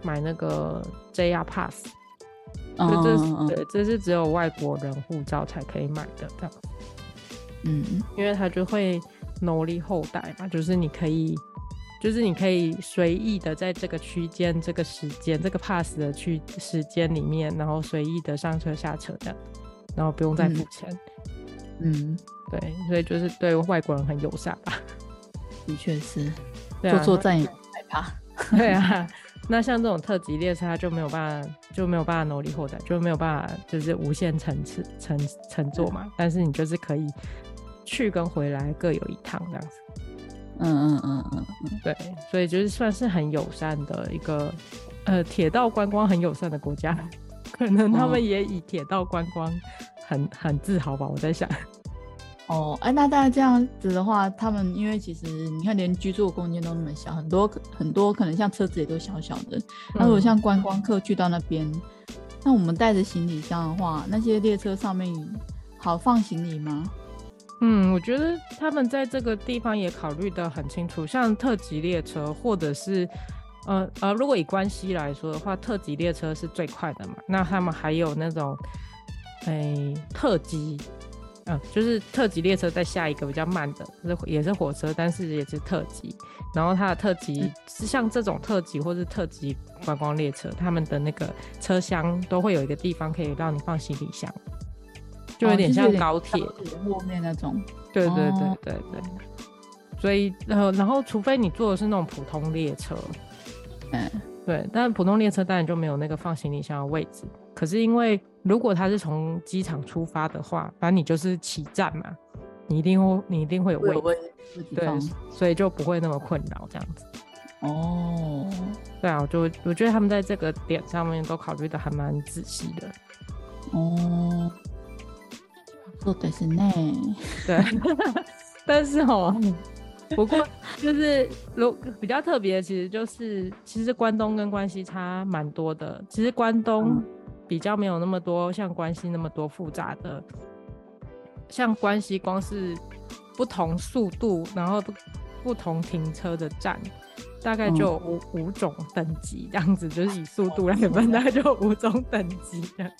[SPEAKER 4] 买那个 JR Pass，、
[SPEAKER 3] 嗯
[SPEAKER 4] 就这
[SPEAKER 3] 嗯
[SPEAKER 4] 是
[SPEAKER 3] 嗯
[SPEAKER 4] 对，这是只有外国人护照才可以买的这样。
[SPEAKER 3] 嗯嗯
[SPEAKER 4] 因为它就会努力后代嘛，就是你可以，就是你可以随意的在这个区间、这个时间、这个 pass 的区时间里面，然后随意的上车下车这样，然后不用再付钱。
[SPEAKER 3] 嗯，
[SPEAKER 4] 对，所以就是对外国人很友善吧。
[SPEAKER 3] 的确是，
[SPEAKER 4] 对
[SPEAKER 3] 坐
[SPEAKER 4] 啊，
[SPEAKER 3] 错站也不害怕。
[SPEAKER 4] 对啊。 那像这种特级列车，它就没有办法，就没有办法努力后代，就没有办法就是无限乘次乘乘坐嘛。但是你就是可以去跟回来各有一趟这样子。
[SPEAKER 3] 嗯嗯嗯嗯，
[SPEAKER 4] 对，所以就是算是很友善的一个，呃，铁道观光很友善的国家， 可能他
[SPEAKER 3] 哦
[SPEAKER 4] 们也以铁道观光很很自豪吧，我在想。
[SPEAKER 3] 哦，哎，那大家这样子的话，他们因为其实你看，连居住的空间都那么小，很多很多可能像车子也都小小的。那
[SPEAKER 4] 嗯
[SPEAKER 3] 如果像观光客去到那边，那我们带着行李箱的话，那些列车上面好放行李吗？
[SPEAKER 4] 嗯，我觉得他们在这个地方也考虑的很清楚，像特级列车或者是。呃呃，如果以关西来说的话，特级列车是最快的嘛。那他们还有那种，诶、特级，嗯、就是特级列车在下一个比较慢的，是也是火车，但是也是特级。然后它的特
[SPEAKER 3] 嗯
[SPEAKER 4] 级是像这种特级或是特级观光列车，他们的那个车厢都会有一个地方可以让你放行李箱，就有
[SPEAKER 3] 哦
[SPEAKER 4] 点
[SPEAKER 3] 是有
[SPEAKER 4] 像
[SPEAKER 3] 点
[SPEAKER 4] 高铁。
[SPEAKER 3] 后面那种。
[SPEAKER 4] 对对对
[SPEAKER 3] 哦
[SPEAKER 4] 对对。所以，然后然后，除非你坐的是那种普通列车，
[SPEAKER 3] 嗯，
[SPEAKER 4] 对，但普通列车当然就没有那个放行李箱的位置。可是因为如果它是从机场出发的话，反正你就是起站嘛，你一定会你一定会有位
[SPEAKER 3] 我
[SPEAKER 4] 置，
[SPEAKER 3] 我自己
[SPEAKER 4] 对
[SPEAKER 3] 放，
[SPEAKER 4] 所以就不会那么困扰这样子。
[SPEAKER 3] 哦，
[SPEAKER 4] 对啊，我就我觉得他们在这个点上面都考虑的还蛮仔细的。
[SPEAKER 3] 哦，そうですね。
[SPEAKER 4] 对， 但是哦，不过就是如比较特别，其实就是其实关东跟关西差蛮多的。其实关东
[SPEAKER 3] 嗯
[SPEAKER 4] 比较没有那么多像关西那么多复杂的，像关西光是不同速度，然后不不同停车的站。大概就有五、五种等级这样子，就是以速度来分，大概就有五种等级这样。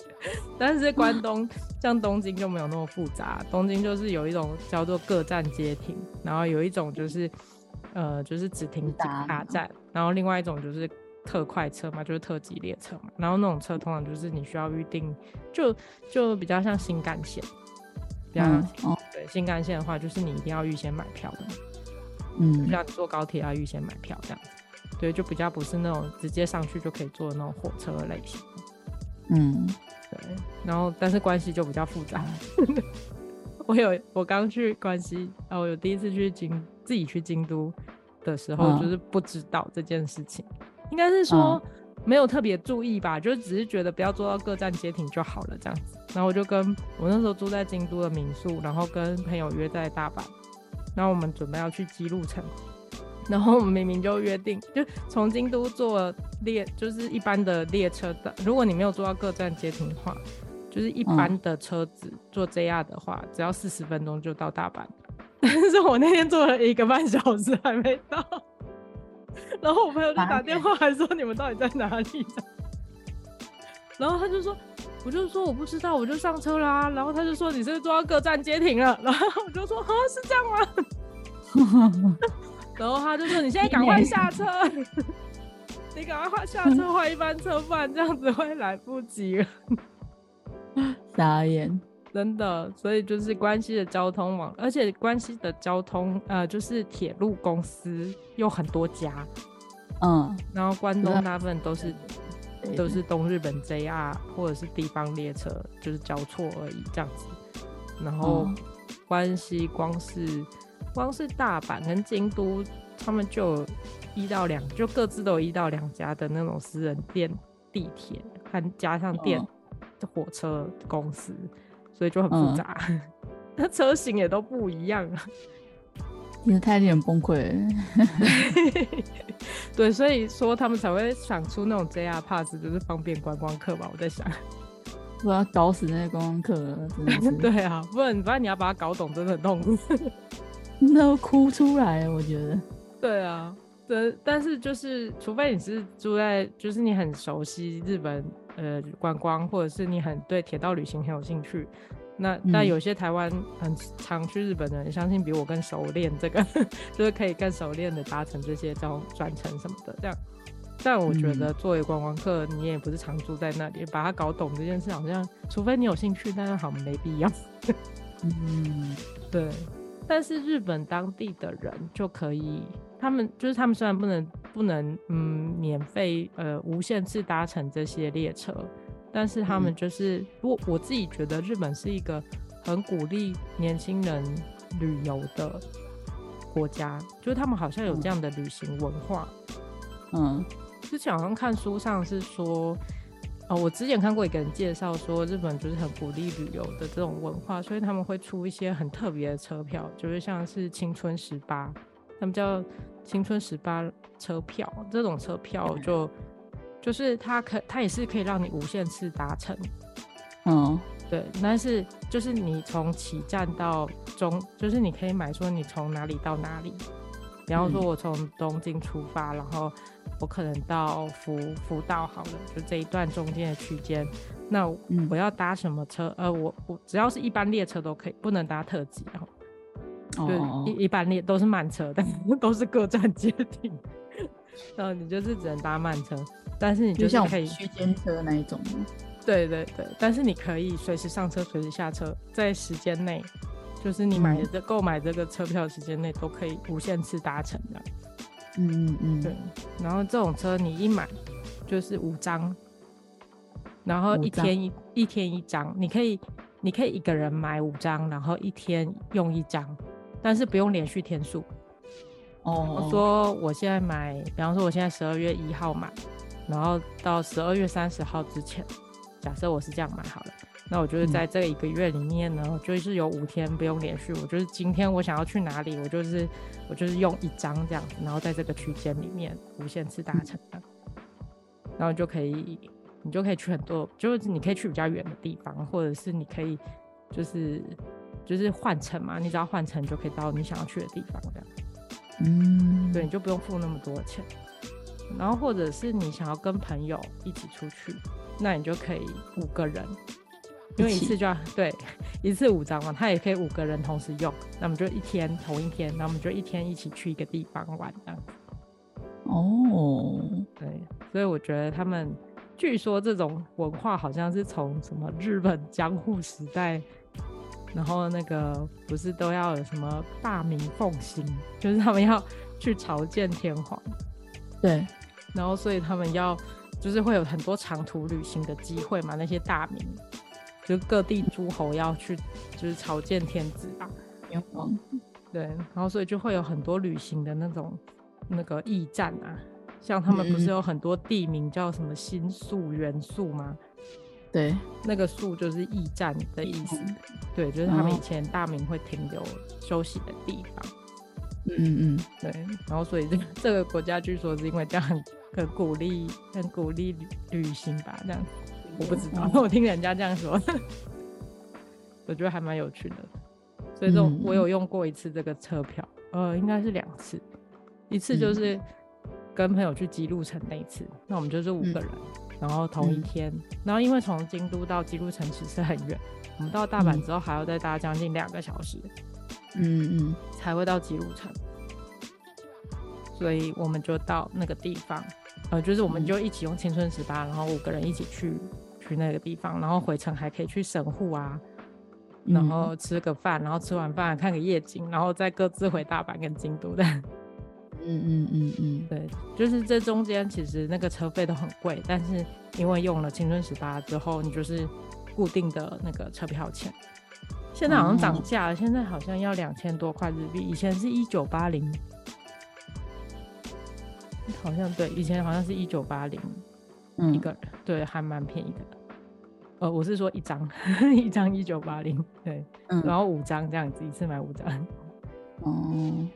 [SPEAKER 4] 但是关 东像东京就没有那么复杂，东京就是有一种叫做各站接停，然后有一种就是呃就是只停
[SPEAKER 3] 直
[SPEAKER 4] 几
[SPEAKER 3] 达
[SPEAKER 4] 大站，
[SPEAKER 3] 嗯
[SPEAKER 4] 然后另外一种就是特快车嘛，就是特急列车嘛，然后那种车通常就是你需要预定，就就比较像新干线，比较像、
[SPEAKER 3] 嗯，哦，
[SPEAKER 4] 对新干线的话，就是你一定要预先买票的，
[SPEAKER 3] 嗯
[SPEAKER 4] 不，像你坐高铁要预先买票这样子，对，就比较不是那种直接上去就可以坐的那种火车的类型。
[SPEAKER 3] 嗯，
[SPEAKER 4] 对，然后但是关系就比较复杂。 我有我刚去关西，呃，我有第一次去京自己去京都的时候，
[SPEAKER 3] 嗯
[SPEAKER 4] 就是不知道这件事情，应该是说没有特别注意吧，就只是觉得不要坐到各站接停就好了这样子。然后我就跟我那时候住在京都的民宿，然后跟朋友约在大阪，然后我们准备要去姬路城。 然后我们明明就约定，就从京都坐列，就是一般的列车的。如果你没有坐到各站接停的话，就是一般的车子、坐 JR 的话，只要四十分钟就到大阪。 但是我那天坐了一个半小时还没到， 然后我朋友就打电话来说：“你们到底在哪里？”啊 然后他就说：“我就说我不知道，我就上车啦、然后他就说：“你
[SPEAKER 3] 嗯
[SPEAKER 4] 是不是坐到各站接停了？”然后我就说：“啊，是这样吗？”然后他就说：“你现在赶快下车， 你赶快下车换一班车，不然这样子会来不及了。
[SPEAKER 3] 傻眼，”
[SPEAKER 4] 真的，所以就是关西的交通网，而且关西的交通呃，就是铁路公司有很多家，
[SPEAKER 3] 嗯，
[SPEAKER 4] 然后关
[SPEAKER 3] 那
[SPEAKER 4] 东大部分都是
[SPEAKER 3] 对
[SPEAKER 4] 都是东日本 JR 或者是地方列车，就是交错而已这样子。然后
[SPEAKER 3] 嗯
[SPEAKER 4] 关西光是光是大阪跟京都，他们就有一到两，就各自都有一到两家的那种私人电地铁，还加上电
[SPEAKER 3] 嗯
[SPEAKER 4] 的火车公司，所以就很复
[SPEAKER 3] 嗯
[SPEAKER 4] 杂。 那车型也都不一样啊，
[SPEAKER 3] 也太令人崩溃了。
[SPEAKER 4] 对，所以说他们才会想出那种 JR pass，就是方便观光客吧。我在想，
[SPEAKER 3] 我要搞死那些观光客了，真的是，
[SPEAKER 4] 对啊，不然不然你要把它搞懂，真的很痛苦。
[SPEAKER 3] 那都哭出来了，我觉得。
[SPEAKER 4] 对啊，对，但是就是，除非你是住在，就是你很熟悉日本呃观光，或者是你很对铁道旅行很有兴趣。那但
[SPEAKER 3] 嗯
[SPEAKER 4] 有些台湾很常去日本的人，相信比我更熟练这个， 就是可以更熟练的搭乘这些这种转乘什么的这样。但我觉
[SPEAKER 3] 嗯
[SPEAKER 4] 得作为观光客，你也不是常住在那里，把它搞懂这件事好像，除非你有兴趣，但是好像没必要。
[SPEAKER 3] 嗯，
[SPEAKER 4] 对，但是日本当地的人就可以，他们就是他们虽然不能不能嗯免费呃无限次搭乘这些列车，但是他们就是我、我自己觉得日本是一个很鼓励年轻人旅游的国家，就是他们好像有这样的旅行文化。
[SPEAKER 3] 嗯，
[SPEAKER 4] 之前好像看书上是说，哦，我之前看过一个人介绍说，日本就是很鼓励旅游的这种文化，所以他们会出一些很特别的车票，就是像是青春十八，他们叫青春十八车票，这种车票就就是它可它也是可以让你无限次搭乘，
[SPEAKER 3] 嗯，
[SPEAKER 4] 对，但是就是你从起站到中，就是你可以买说你从哪里到哪里，比方说
[SPEAKER 3] 嗯
[SPEAKER 4] 我从东京出发，然后我可能到福福岛好了，就这一段中间的区间，那
[SPEAKER 3] 嗯
[SPEAKER 4] 我要搭什么车？呃，我我只要是一般列车都可以，不能搭特急哦，
[SPEAKER 3] 哦
[SPEAKER 4] 对，
[SPEAKER 3] 哦，
[SPEAKER 4] 一一般列都是慢车，但 都是各站接停， 然后你就是只能搭慢车，但是你
[SPEAKER 3] 就是像我
[SPEAKER 4] 可
[SPEAKER 3] 们
[SPEAKER 4] 以。
[SPEAKER 3] 区间车那一种，
[SPEAKER 4] 对对对，但是你可以随时上车，随时下车，在时间内，就是你买的
[SPEAKER 3] 嗯
[SPEAKER 4] 这购买这个车票的时间内都可以无限次搭乘的。
[SPEAKER 3] 嗯嗯
[SPEAKER 4] 对
[SPEAKER 3] 嗯，，
[SPEAKER 4] 然后这种车你一买就是五张，然后
[SPEAKER 3] 五
[SPEAKER 4] 一
[SPEAKER 3] 张
[SPEAKER 4] 天一一天一张，你可以你可以一个人买五张，然后一天用一张，但是不用连续天数。
[SPEAKER 3] 哦，
[SPEAKER 4] 我说我现在买，比方说我现在十二月一号买，然后到十二月三十号之前，假设我是这样买好了，那我就是在这一个月里面呢，就是有五天不用连续，我就是今天我想要去哪里，我就是我就是用一张这样子，然后在这个区间里面无限次达成的，然后就可以你就可以去很多，就是你可以去比较远的地方，或者是你可以就是就是换乘嘛，你只要换乘就可以到你想要去的地方这样。
[SPEAKER 3] 嗯，
[SPEAKER 4] 对，你就不用付那么多钱。然后或者是你想要跟朋友一起出去，那你就可以五个人，因为
[SPEAKER 3] 一
[SPEAKER 4] 一
[SPEAKER 3] 起
[SPEAKER 4] 次就要对一次五张嘛，他也可以五个人同时用，那我们就一天同一天，那我们就一天一起去一个地方玩这样子。
[SPEAKER 3] 哦，
[SPEAKER 4] 对，所以我觉得他们据说这种文化好像是从什么日本江户时代。然后那个不是都要有什么大明奉行，就是他们要去朝见天皇，
[SPEAKER 3] 对，
[SPEAKER 4] 然后所以他们要就是会有很多长途旅行的机会嘛，那些大名就各地诸侯要去就是朝见天子啊，
[SPEAKER 3] 冤枉，
[SPEAKER 4] 对，然后所以就会有很多旅行的那种那个驿站啊，像他们不是有很多地名叫什么新宿、原宿吗？
[SPEAKER 3] 对，
[SPEAKER 4] 那个宿就是驿站的意思，对，就是他们以前大明会停留休息的地方。
[SPEAKER 3] 嗯嗯
[SPEAKER 4] 对，然后所以这个这个国家据说是因为这样很很鼓励很鼓励旅旅行吧，这样我不知道，
[SPEAKER 3] 嗯
[SPEAKER 4] 我听人家这样说， 我觉得还蛮有趣的。所以这种
[SPEAKER 3] 嗯
[SPEAKER 4] 我有用过一次这个车票，呃，应该是两次，一次
[SPEAKER 3] 嗯
[SPEAKER 4] 就是跟朋友去基路城那一次，那我们就是五个人，然后同一
[SPEAKER 3] 嗯
[SPEAKER 4] 天，然后因为从京都到基路城其实很远，我们到大阪
[SPEAKER 3] 嗯
[SPEAKER 4] 之后还要再搭将近两个小时，
[SPEAKER 3] 嗯嗯嗯，
[SPEAKER 4] 才会到吉路城。所以我们就到那个地方，呃，就是我们就一起用青春十八，然后五个人一起去去那个地方，然后回程还可以去神户啊，然
[SPEAKER 3] 嗯
[SPEAKER 4] 后吃个饭，然后吃完饭看个夜景，然后再各自回大阪跟京都的。
[SPEAKER 3] 嗯嗯嗯嗯，
[SPEAKER 4] 对，就是这中间其实那个车费都很贵，但是因为用了青春十八之后，你就是固定的那个车票钱。现在好像涨
[SPEAKER 3] 哦
[SPEAKER 4] 价了，现在好像要两千多块日币，以前是一九八零，好像对，以前好像是一九八零
[SPEAKER 3] 嗯
[SPEAKER 4] 一个人，对，还蛮便宜的。呃，我是说一张， 一张一九八零，对，
[SPEAKER 3] 嗯
[SPEAKER 4] 然后五张这样子，一次买五张。
[SPEAKER 3] 哦，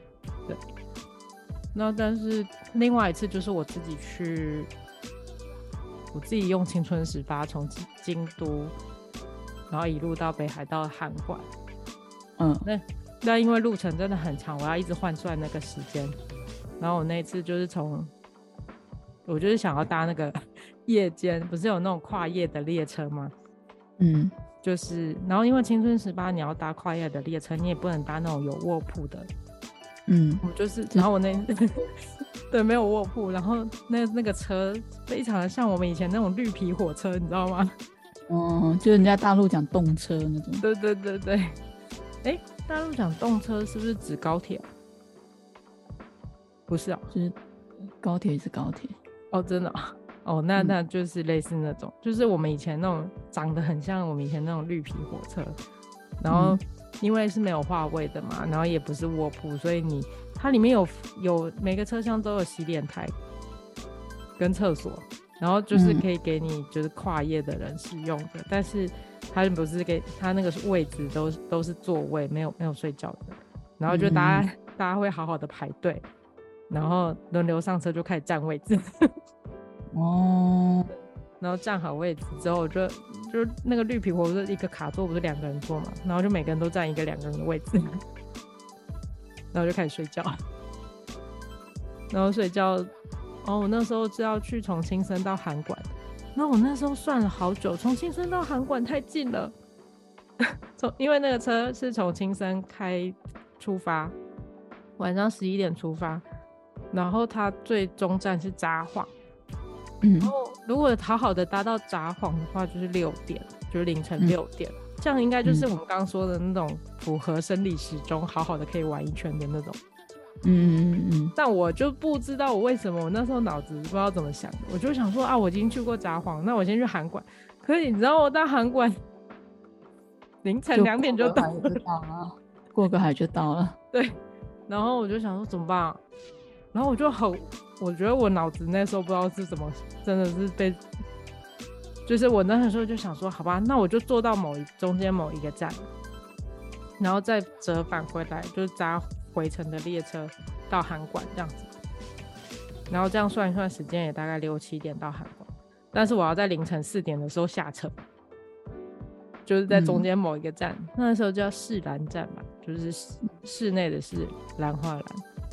[SPEAKER 4] 那但是另外一次就是我自己去，我自己用青春十八从京京都，然后一路到北海道函馆。
[SPEAKER 3] 嗯
[SPEAKER 4] 那因为路程真的很长，我要一直换算那个时间。然后我那一次就是从，我就是想要搭那个 夜间，不是有那种跨夜的列车吗？
[SPEAKER 3] 嗯
[SPEAKER 4] 就是，然后因为青春十八你要搭跨夜的列车，你也不能搭那种有卧铺的，
[SPEAKER 3] 嗯，
[SPEAKER 4] 我就是，然后我那 对没有卧铺，然后那那个车非常的像我们以前那种绿皮火车，你知道吗？
[SPEAKER 3] 哦，就人家大陆讲动车那种，
[SPEAKER 4] 对对对对。哎，大陆讲动车是不是指高铁啊？不是啊，
[SPEAKER 3] 就是高铁是高铁，
[SPEAKER 4] 哦，真的啊、哦，那
[SPEAKER 3] 嗯
[SPEAKER 4] 那就是类似那种，就是我们以前那种长得很像我们以前那种绿皮火车，然后
[SPEAKER 3] 嗯
[SPEAKER 4] 因为是没有话位的嘛，然后也不是卧铺，所以你它里面有有每个车厢都有洗脸台跟厕所，然后就是
[SPEAKER 3] 嗯
[SPEAKER 4] 可以给你就是跨夜的人使用的，但是它不是给它那个是位置都是都是座位，没有没有睡觉的，然后就大
[SPEAKER 3] 嗯
[SPEAKER 4] 家、大家会好好的排队。然后轮流上车就开始占位置，
[SPEAKER 3] 哦，
[SPEAKER 4] 然后站好位置之后，就就那个绿皮火车一个卡座不是两个人坐嘛，然后就每个人都占一个两个人的位置， 然后就开始睡觉，然后睡觉，哦，我那时候是要去从新生到函馆，那我那时候算了好久，从新生到函馆太近了， 从因为那个车是从新生开出发，晚上十一点出发，然后它最终站是札幌。
[SPEAKER 3] 嗯
[SPEAKER 4] 然后如果好好的搭到札幌的话，就是六点，就是凌晨
[SPEAKER 3] 嗯
[SPEAKER 4] 六点，这样应该就是
[SPEAKER 3] 嗯
[SPEAKER 4] 我们刚刚说的那种符合生理时钟，好好的可以玩一圈的那种。
[SPEAKER 3] 嗯嗯嗯嗯，
[SPEAKER 4] 但我就不知道我为什么，我那时候脑子不知道怎么想的，我就想说啊，我已经去过札幌，那我先去函馆。可是你知道我到函馆凌晨两点就
[SPEAKER 3] 过个
[SPEAKER 4] 到
[SPEAKER 3] 海就到了， 过个海就到了，
[SPEAKER 4] 对，然后我就想说怎么办啊、然后我就很，我觉得我脑子那时候不知道是怎么，真的是被，就是我那时候就想说，好吧，那我就坐到某一中间某一个站，然后再折返回来，就是搭回程的列车到函馆这样子，然后这样算一算时间也大概六七点到函馆，但是我要在凌晨四点的时候下车。就是在中
[SPEAKER 3] 嗯
[SPEAKER 4] 间某一个站，那时候叫世兰站吧，就是室室内的是兰花兰，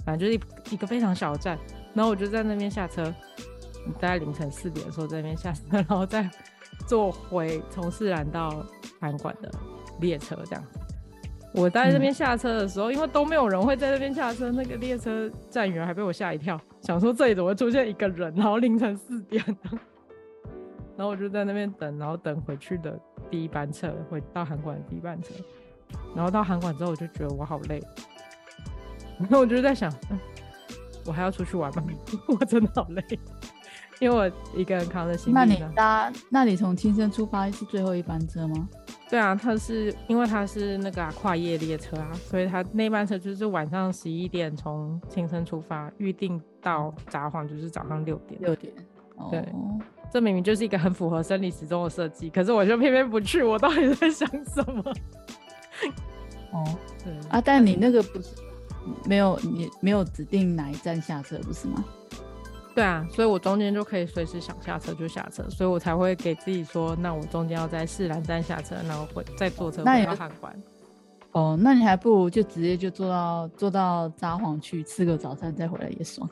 [SPEAKER 4] 反正就是一一个非常小的站。然后我就在那边下车，大概凌晨四点的时候在那边下车，然后再坐回从世兰到函馆的列车这样。我在那边下车的时候，因为都没有人会在那边下车，那个列车站员还被我吓一跳，想说这里怎么会出现一个人，然后凌晨四点， 然后我就在那边等，然后等回去的第一班车，回到韩馆的第一班车，然后到韩馆之后，我就觉得我好累，然后我就在想，嗯我还要出去玩吗？ 我真的好累，因为我一个人扛着 行
[SPEAKER 3] 那
[SPEAKER 4] 李
[SPEAKER 3] 你
[SPEAKER 4] 呢。
[SPEAKER 3] 搭那你从青森出发是最后一班车吗？
[SPEAKER 4] 对啊，它是因为它是那个、啊、跨夜列车啊，所以它那班车就是晚上十一点从青森出发，预定到札幌就是早上六点。
[SPEAKER 3] 六点，
[SPEAKER 4] 对
[SPEAKER 3] 哦，
[SPEAKER 4] 这明明就是一个很符合生理时钟的设计，可是我就偏偏不去，我到底在想什么？
[SPEAKER 3] 哦
[SPEAKER 4] 对
[SPEAKER 3] 啊，但你那个不是没有你没有指定哪一站下车不是吗？
[SPEAKER 4] 对啊，所以我中间就可以随时想下车就下车，所以我才会给自己说，那我中间要在士兰站下车，然后回再坐车
[SPEAKER 3] 那
[SPEAKER 4] 回
[SPEAKER 3] 也
[SPEAKER 4] 到
[SPEAKER 3] 就
[SPEAKER 4] 汉馆。
[SPEAKER 3] 哦，那你还不如就直接就坐到坐到札幌去吃个早餐再回来也爽。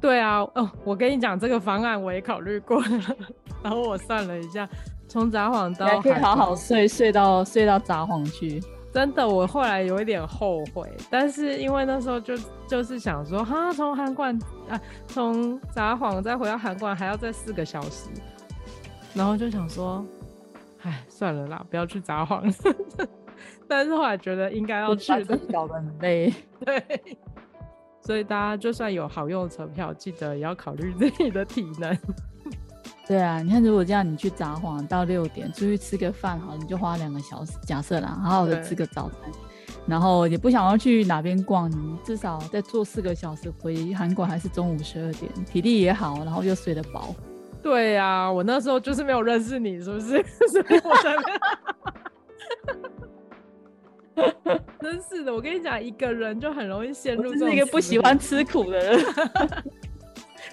[SPEAKER 4] 对啊，哦，我跟你讲这个方案我也考虑过了， 然后我算了一下，从札幌
[SPEAKER 3] 你还
[SPEAKER 4] 到
[SPEAKER 3] 可以
[SPEAKER 4] 函
[SPEAKER 3] 好
[SPEAKER 4] 馆
[SPEAKER 3] 好睡，睡到睡到札幌去。
[SPEAKER 4] 真的，我后来有一点后悔，但是因为那时候就就是想说，哈，从韩馆啊，从札幌再回到韩馆还要再四个小时，然后就想说，哎，算了啦，不要去札幌。 但是后来觉得应该要去的，
[SPEAKER 3] 搞得很累。
[SPEAKER 4] 对。所以大家就算有好用的车票，记得也要考虑自己的体能。
[SPEAKER 3] 对啊，你看，如果这样，你去札幌到六点出去吃个饭，好，你就花两个小时，假设啦，好好的吃个早餐，然后也不想要去哪边逛，你至少再坐四个小时回韩国，还是中午十二点，体力也好，然后又睡得饱。
[SPEAKER 4] 对呀、我那时候就是没有认识你，是不是？ 所以我才没有 真是的，我跟你讲，一个人就很容易陷
[SPEAKER 3] 我
[SPEAKER 4] 入
[SPEAKER 3] 就
[SPEAKER 4] 这种
[SPEAKER 3] 是一个不喜欢吃苦的 人，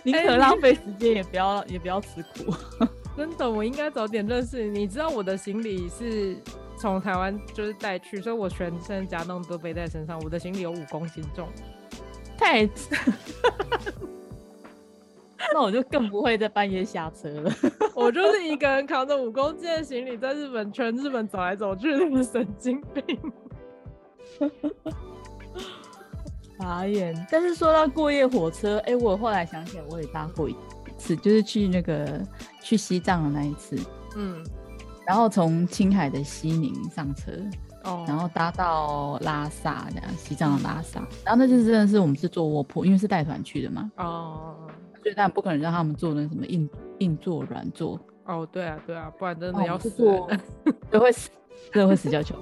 [SPEAKER 3] 宁
[SPEAKER 4] 哎
[SPEAKER 3] 可
[SPEAKER 4] 你
[SPEAKER 3] 浪费时间，也不要也不要吃苦。
[SPEAKER 4] 死路。真的，我应该早点认识你。你知道我的行李是从台湾就是带去，所以我全身夹动都背在身上。我的行李有五公斤重。
[SPEAKER 3] 太， 那我就更不会在半夜下车了。
[SPEAKER 4] 我就是一个人扛着五公斤的行李在日本全日本走来走去，那个神经病。
[SPEAKER 3] 傻眼。但是说到过夜火车，哎、我后来想起来，我也搭过一次，就是去那个去西藏的那一次，
[SPEAKER 4] 嗯，
[SPEAKER 3] 然后从青海的西宁上车，
[SPEAKER 4] 哦，
[SPEAKER 3] 然后搭到拉萨这样，西藏的拉萨。然后那次真的是我们是坐卧铺，因为是带团去的嘛，
[SPEAKER 4] 哦
[SPEAKER 3] 所以当然不可能让他们坐那什么硬硬座、软座，
[SPEAKER 4] 哦，对啊对啊，不然真
[SPEAKER 3] 哦
[SPEAKER 4] 的要
[SPEAKER 3] 我们是
[SPEAKER 4] 死人。
[SPEAKER 3] 坐， 对会死，真的会死掉球。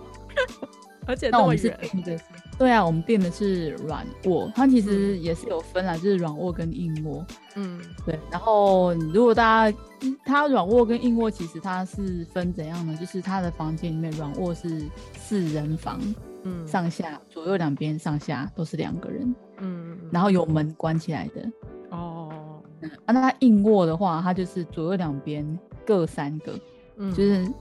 [SPEAKER 4] 而且
[SPEAKER 3] 那
[SPEAKER 4] 这
[SPEAKER 3] 我
[SPEAKER 4] 么
[SPEAKER 3] 们是
[SPEAKER 4] 远，
[SPEAKER 3] 订的是，对啊，我们订的是软卧，它其实也是有分啦，就是软卧跟硬卧。
[SPEAKER 4] 嗯，
[SPEAKER 3] 对，然后如果大家嗯它软卧跟硬卧其实它是分怎样呢？就是它的房间里面软卧是四人房，
[SPEAKER 4] 嗯
[SPEAKER 3] 上下左右两边上下都是两个人，
[SPEAKER 4] 嗯，
[SPEAKER 3] 然后有门关起来的。
[SPEAKER 4] 哦，
[SPEAKER 3] 啊，那它硬卧的话，它就是左右两边各三个，
[SPEAKER 4] 嗯，
[SPEAKER 3] 就是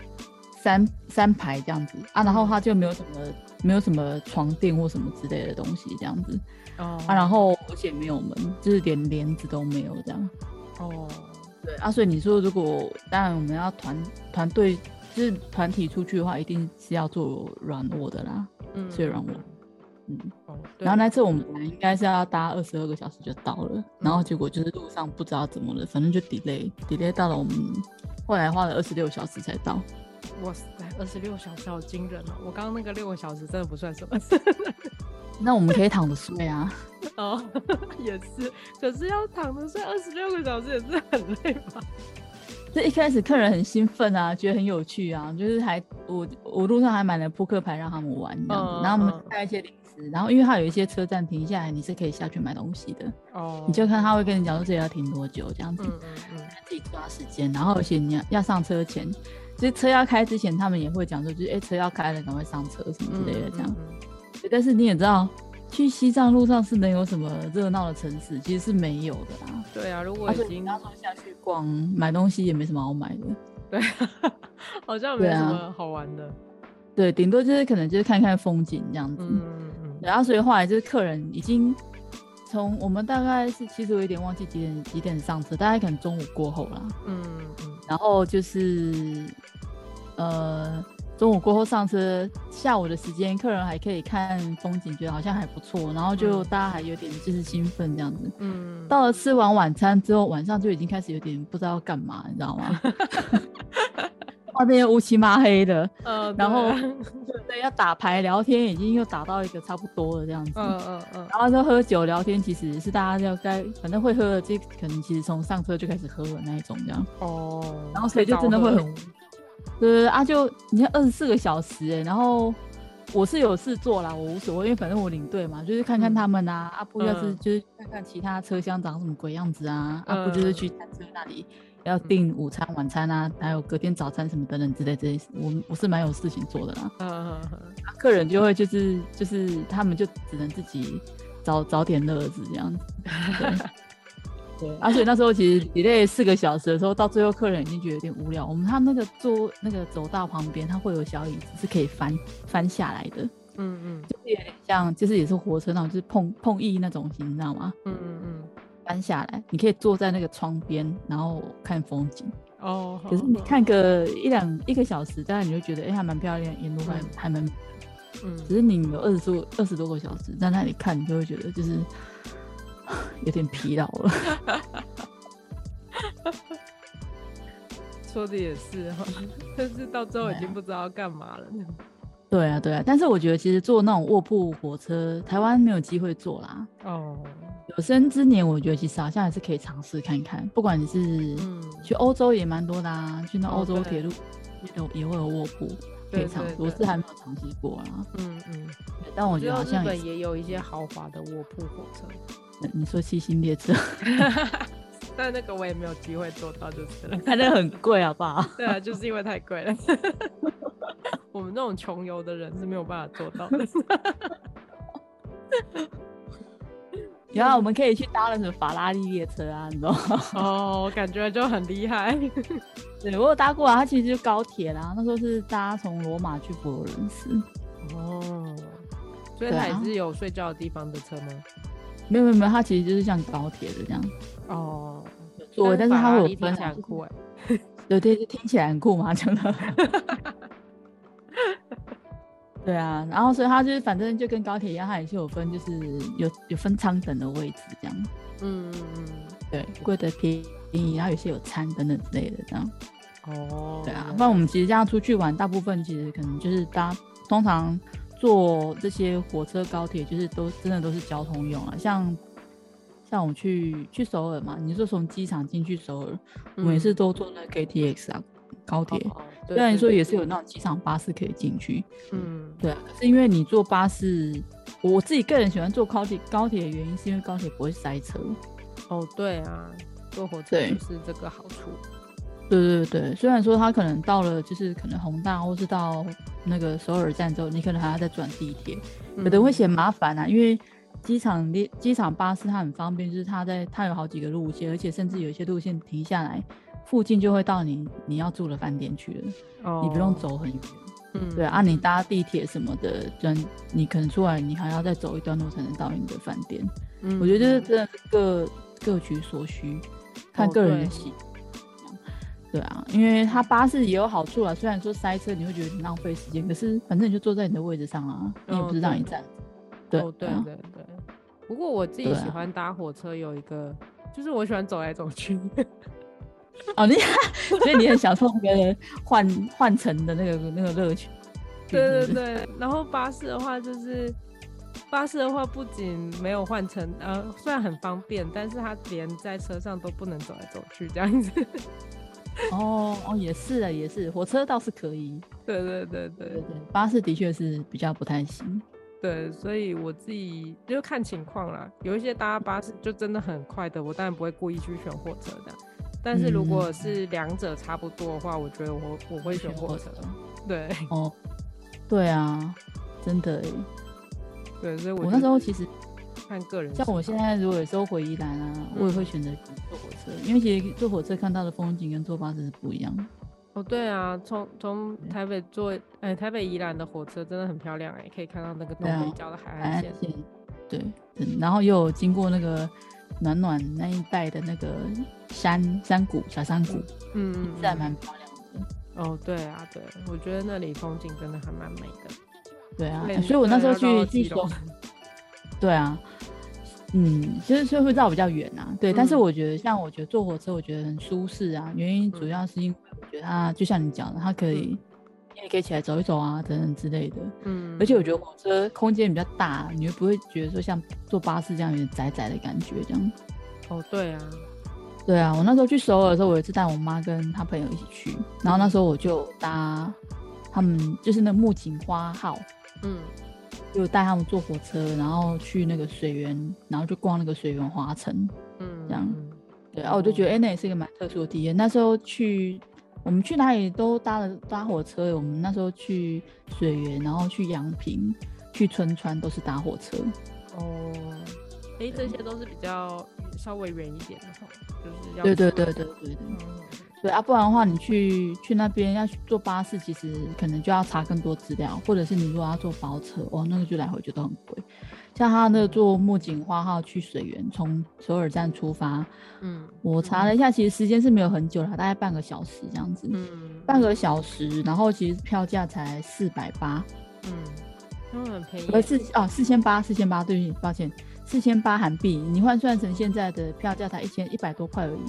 [SPEAKER 3] 三三排这样子啊，然后它就没有什么没有什么床垫或什么之类的东西这样子
[SPEAKER 4] 哦，
[SPEAKER 3] 啊，然后而且没有门，就是连帘子都没有这样。
[SPEAKER 4] 哦，
[SPEAKER 3] 对啊，所以你说如果当然我们要团团队就是团体出去的话，一定是要做软卧的啦。
[SPEAKER 4] 嗯，
[SPEAKER 3] 最软我嗯，
[SPEAKER 4] 哦，对嗯
[SPEAKER 3] 然后那次我们本来应该是要搭二十二个小时就到了，然后结果就是路上不知道怎么了，反正就 delay delay 到了我们后来花了二十六小时才到。
[SPEAKER 4] 哇塞，二十六小时好惊人哦！我刚刚那个六个小时真的不算什么
[SPEAKER 3] 那我们可以躺着睡啊。
[SPEAKER 4] 哦，也是，可是要躺着睡二十六个小时也是很累吧？
[SPEAKER 3] 这一开始客人很兴奋啊，觉得很有趣啊，就是还我我路上还买了扑克牌让他们玩这样子，
[SPEAKER 4] 嗯
[SPEAKER 3] 然后我们
[SPEAKER 4] 嗯
[SPEAKER 3] 带一些零食，然后因为它有一些车站停下来，你是可以下去买东西的，
[SPEAKER 4] 哦，
[SPEAKER 3] 你就看他会跟你讲说这里要停多久这样子，
[SPEAKER 4] 嗯嗯嗯，
[SPEAKER 3] 自己抓时间，然后而且你要要上车前，就是车要开之前，他们也会讲说就是哎、诶车要开了，赶快上车什么之类的这样。
[SPEAKER 4] 嗯
[SPEAKER 3] 但是你也知道，去西藏路上是能有什么热闹的城市，其实是没有的啦。
[SPEAKER 4] 对啊，如果
[SPEAKER 3] 而且
[SPEAKER 4] 已
[SPEAKER 3] 你
[SPEAKER 4] 经
[SPEAKER 3] 要说下去逛买东西也没什么好买的。
[SPEAKER 4] 对，好像没
[SPEAKER 3] 对
[SPEAKER 4] 有什
[SPEAKER 3] 啊
[SPEAKER 4] 么好玩的。
[SPEAKER 3] 对，顶多就是可能就是看看风景这样子。
[SPEAKER 4] 嗯嗯
[SPEAKER 3] 然后所以后来就是客人已经从我们大概是，其实我有点忘记几点几点上车，大概可能中午过后啦。
[SPEAKER 4] 嗯嗯
[SPEAKER 3] 然后就是呃中午过后上车，下午的时间客人还可以看风景，觉得好像还不错，然后就
[SPEAKER 4] 嗯
[SPEAKER 3] 大家还有点就是兴奋这样子。
[SPEAKER 4] 嗯，
[SPEAKER 3] 到了吃完晚餐之后，晚上就已经开始有点不知道要干嘛，你知道吗？ 外面又乌漆嘛黑的，
[SPEAKER 4] 呃，
[SPEAKER 3] 然后
[SPEAKER 4] 对啊
[SPEAKER 3] 对，要打牌聊天，已经又打到一个差不多了这样子。
[SPEAKER 4] 嗯嗯嗯，
[SPEAKER 3] 然后就喝酒聊天，其实是大家要该反正会喝的，这可能其实从上车就开始喝了那一种这样。
[SPEAKER 4] 哦，
[SPEAKER 3] 然后所以就真的会很无对对对啊就，你看二十四个小时哎、然后我是有事做啦，我无所谓，因为反正我领队嘛，就是看看
[SPEAKER 4] 嗯
[SPEAKER 3] 他们啊，啊不要是
[SPEAKER 4] 嗯
[SPEAKER 3] 就是看看其他车厢长什么鬼样子啊，啊不
[SPEAKER 4] 嗯
[SPEAKER 3] 就是去餐车那里要订午餐、晚餐啊，还有隔天早餐什么等等之类这些，我我是蛮有事情做的啦。
[SPEAKER 4] 嗯嗯嗯
[SPEAKER 3] 啊客人就会就是就是他们就只能自己找找点乐子这样子。对对啊，所以那时候其实 delay 四个小时的时候，到最后客人已经觉得有点无聊。我们他那个坐那个走道旁边，它会有小椅子是可以翻翻下来的，
[SPEAKER 4] 嗯
[SPEAKER 3] 就是有点像就是也是火车那种，就是碰碰翼那种型，你知道吗？
[SPEAKER 4] 嗯嗯
[SPEAKER 3] 翻下来，你可以坐在那个窗边，然后看风景。
[SPEAKER 4] 嗯，哦，
[SPEAKER 3] 可是你看个一两一个小时，当然你就觉得哎、还蛮漂亮，沿路还
[SPEAKER 4] 嗯
[SPEAKER 3] 还蛮。
[SPEAKER 4] 嗯
[SPEAKER 3] 只是你有二十多二十多个小时在那里看，你就会觉得就是 有点疲劳了。
[SPEAKER 4] 说的也是哈， 但是到最后
[SPEAKER 3] 啊
[SPEAKER 4] 已经不知道要干嘛了。
[SPEAKER 3] 对啊，对啊，但是我觉得其实坐那种卧铺火车，台湾没有机会坐啦。
[SPEAKER 4] 哦，
[SPEAKER 3] 有生之年，我觉得其实好像还是可以尝试看看，不管你是
[SPEAKER 4] 嗯，
[SPEAKER 3] 去欧洲也蛮多的啊，去那
[SPEAKER 4] 哦
[SPEAKER 3] 欧洲
[SPEAKER 4] 对
[SPEAKER 3] 铁路有也会有卧铺可
[SPEAKER 4] 对
[SPEAKER 3] 以尝试，
[SPEAKER 4] 对
[SPEAKER 3] 我
[SPEAKER 4] 对
[SPEAKER 3] 是还没有尝试过啦。
[SPEAKER 4] 嗯嗯，
[SPEAKER 3] 对但我
[SPEAKER 4] 我
[SPEAKER 3] 觉得
[SPEAKER 4] 知道
[SPEAKER 3] 好
[SPEAKER 4] 日
[SPEAKER 3] 像也
[SPEAKER 4] 本
[SPEAKER 3] 是，
[SPEAKER 4] 也有一些豪华的卧铺火车，
[SPEAKER 3] 你说七星列车，
[SPEAKER 4] 但那个我也没有机会做到，就是了。
[SPEAKER 3] 反正很贵，好不 好？
[SPEAKER 4] 对啊，就是因为太贵了。 我们这种穷游的人是没有办法做到的。
[SPEAKER 3] 然后啊我们可以去搭那什么法拉利列车啊，你知道吗？
[SPEAKER 4] 哦，我感觉就很厉害。
[SPEAKER 3] 对，我有搭过啊，它其实就是高铁啦，那时候是搭从罗马去佛罗伦斯，
[SPEAKER 4] 哦，所以
[SPEAKER 3] 对
[SPEAKER 4] 它
[SPEAKER 3] 啊
[SPEAKER 4] 也是有睡觉的地方的车吗？
[SPEAKER 3] 没有没有没有，它其实就是像高铁的这样
[SPEAKER 4] 哦，
[SPEAKER 3] 坐，但是
[SPEAKER 4] 法
[SPEAKER 3] 它会
[SPEAKER 4] 拉利
[SPEAKER 3] 有
[SPEAKER 4] 听
[SPEAKER 3] 分
[SPEAKER 4] 起来
[SPEAKER 3] 啊，
[SPEAKER 4] 很酷哎。
[SPEAKER 3] 对对，听起来很酷嘛，真的。 对啊，然后所以它就是反正就跟高铁一样，它也是有分，就是有有分舱等的位置这样。
[SPEAKER 4] 嗯嗯
[SPEAKER 3] 对，贵的便宜，然后有些有餐等等之类的这样。
[SPEAKER 4] 嗯，哦，
[SPEAKER 3] 对啊，不然我们其实这样出去玩，大部分其实可能就是搭，通常坐这些火车、高铁，就是都真的都是交通用啊。像像我们去去首尔嘛，你说从机场进去首尔，我们也是都坐那个 KTX 啊，高铁。
[SPEAKER 4] 嗯哦对
[SPEAKER 3] 虽然
[SPEAKER 4] 对
[SPEAKER 3] 说
[SPEAKER 4] 对
[SPEAKER 3] 也是有那种机场巴士可以进去，
[SPEAKER 4] 嗯
[SPEAKER 3] 对啊，可是因为你坐巴士，我我自己个人喜欢坐高铁，高铁的原因是因为高铁不会塞车。
[SPEAKER 4] 哦对啊，坐火车
[SPEAKER 3] 对
[SPEAKER 4] 就是这个好处。
[SPEAKER 3] 对对对，虽然说它可能到了就是可能宏大或是到那个首尔站之后，你可能还要再转地铁，
[SPEAKER 4] 嗯
[SPEAKER 3] 有的会嫌麻烦啊，因为机场列机场巴士它很方便，就是它在它有好几个路线，而且甚至有一些路线停下来，附近就会到你你要住的饭店去了，
[SPEAKER 4] 哦
[SPEAKER 3] 你不用，走很远。
[SPEAKER 4] 嗯
[SPEAKER 3] 对啊，你搭地铁什么的，就你可能出来，你还要再走一段路才能到你的饭店。
[SPEAKER 4] 嗯
[SPEAKER 3] 我觉得就是真的是各各取所需，看
[SPEAKER 4] 哦
[SPEAKER 3] 个人
[SPEAKER 4] 对
[SPEAKER 3] 的喜。对啊，因为它巴士也有好处啊。虽然说塞车你会觉得很浪费时间，可是反正你就坐在你的位置上啊，你也
[SPEAKER 4] 哦
[SPEAKER 3] 不是让
[SPEAKER 4] 对
[SPEAKER 3] 你站。对
[SPEAKER 4] 哦，对
[SPEAKER 3] 啊
[SPEAKER 4] 对对。不过我自己
[SPEAKER 3] 对
[SPEAKER 4] 喜
[SPEAKER 3] 啊
[SPEAKER 4] 欢搭火车有一个，就是我喜欢走来走去。
[SPEAKER 3] 哦，你 所以你很享受那个换换乘的那个那个乐趣。
[SPEAKER 4] 对
[SPEAKER 3] 对
[SPEAKER 4] 对对，然后巴士的话就是，巴士的话不仅没有换乘，呃，虽然很方便，但是它连在车上都不能走来走去这样子。
[SPEAKER 3] 哦哦，也是啊，也是，火车倒是可以，
[SPEAKER 4] 对对对
[SPEAKER 3] 对对
[SPEAKER 4] 对
[SPEAKER 3] 对，巴士的确是比较不太行。
[SPEAKER 4] 对，所以我自己就看情况啦，有一些搭巴士就真的很快的，我当然不会故意去选火车的。但是如果
[SPEAKER 3] 嗯
[SPEAKER 4] 是两者差不多的话，我觉得我我会选火车。对
[SPEAKER 3] 哦，对啊，真的耶。
[SPEAKER 4] 对，所以我
[SPEAKER 3] 我
[SPEAKER 4] 觉
[SPEAKER 3] 那时候
[SPEAKER 4] 得
[SPEAKER 3] 其实
[SPEAKER 4] 看个人喜好。
[SPEAKER 3] 像我现在如果有时候回宜兰啊，我也
[SPEAKER 4] 嗯
[SPEAKER 3] 会选择坐火车，因为其实坐火车看到的风景跟坐巴士是不一样的。
[SPEAKER 4] 哦，对啊，从从
[SPEAKER 3] 嗯
[SPEAKER 4] 台北坐，哎、台北宜兰的火车真的很漂亮哎、可以看到那个东
[SPEAKER 3] 对啊
[SPEAKER 4] 北角的海
[SPEAKER 3] 海
[SPEAKER 4] 岸
[SPEAKER 3] 岸
[SPEAKER 4] 线。
[SPEAKER 3] 线，对，嗯然后又有经过那个暖暖那一带的那个山山谷小山谷，
[SPEAKER 4] 嗯嗯，
[SPEAKER 3] 是还
[SPEAKER 4] 嗯
[SPEAKER 3] 蛮漂亮的。
[SPEAKER 4] 哦，对啊，对，我觉得那里风景真的还蛮美的。
[SPEAKER 3] 对啊，
[SPEAKER 4] 对
[SPEAKER 3] 所以我那时候
[SPEAKER 4] 对然
[SPEAKER 3] 去
[SPEAKER 4] 后
[SPEAKER 3] 去
[SPEAKER 4] 基隆
[SPEAKER 3] 首，对啊，嗯，其实所以会绕比较远啊，对。但是
[SPEAKER 4] 嗯
[SPEAKER 3] 我觉得，像我觉得坐火车，我觉得很舒适啊，原因主
[SPEAKER 4] 嗯
[SPEAKER 3] 要是因为我觉得它就像你讲的，它可以，你也可以起来走一走啊，等等之类的。
[SPEAKER 4] 嗯，
[SPEAKER 3] 而且我觉得火车空间比较大，你又不会觉得说像坐巴士这样有点窄窄的感觉这样。
[SPEAKER 4] 哦，对啊，
[SPEAKER 3] 对啊，我那时候去首尔的时候，我有一次带我妈跟她朋友一起去，然后那时候我就搭他们就是那个木槿花号，
[SPEAKER 4] 嗯，
[SPEAKER 3] 就带他们坐火车，然后去那个水源，然后就逛那个水源花城。
[SPEAKER 4] 嗯，
[SPEAKER 3] 这样
[SPEAKER 4] 嗯
[SPEAKER 3] 对，然后我就觉得
[SPEAKER 4] 哦
[SPEAKER 3] 哎、诶那也是一个蛮特殊的体验。那时候去，我们去哪里都搭了搭火车，我们那时候去水源，然后去阳平，去春川都是搭火车。
[SPEAKER 4] 哦，哎、这些都是比较稍微远一点的吼，就是要
[SPEAKER 3] 对对对对对对
[SPEAKER 4] 嗯，
[SPEAKER 3] 对啊，不然的话你去去那边要去坐巴士，其实可能就要查更多资料，或者是你如果要坐包车，哦，那个就来回就都很贵。像他那个坐木槿花号去水源，从首尔站出发，
[SPEAKER 4] 嗯
[SPEAKER 3] 我查了一下，其实时间是没有很久啦，大概半个小时这样子。
[SPEAKER 4] 嗯，
[SPEAKER 3] 半个小时，然后其实票价才四百八，
[SPEAKER 4] 嗯，他们很便宜
[SPEAKER 3] 呃，四啊四千八，四千八，对不起，抱歉，四千八韩币，你换算成现在的票价才一千一百多块而已，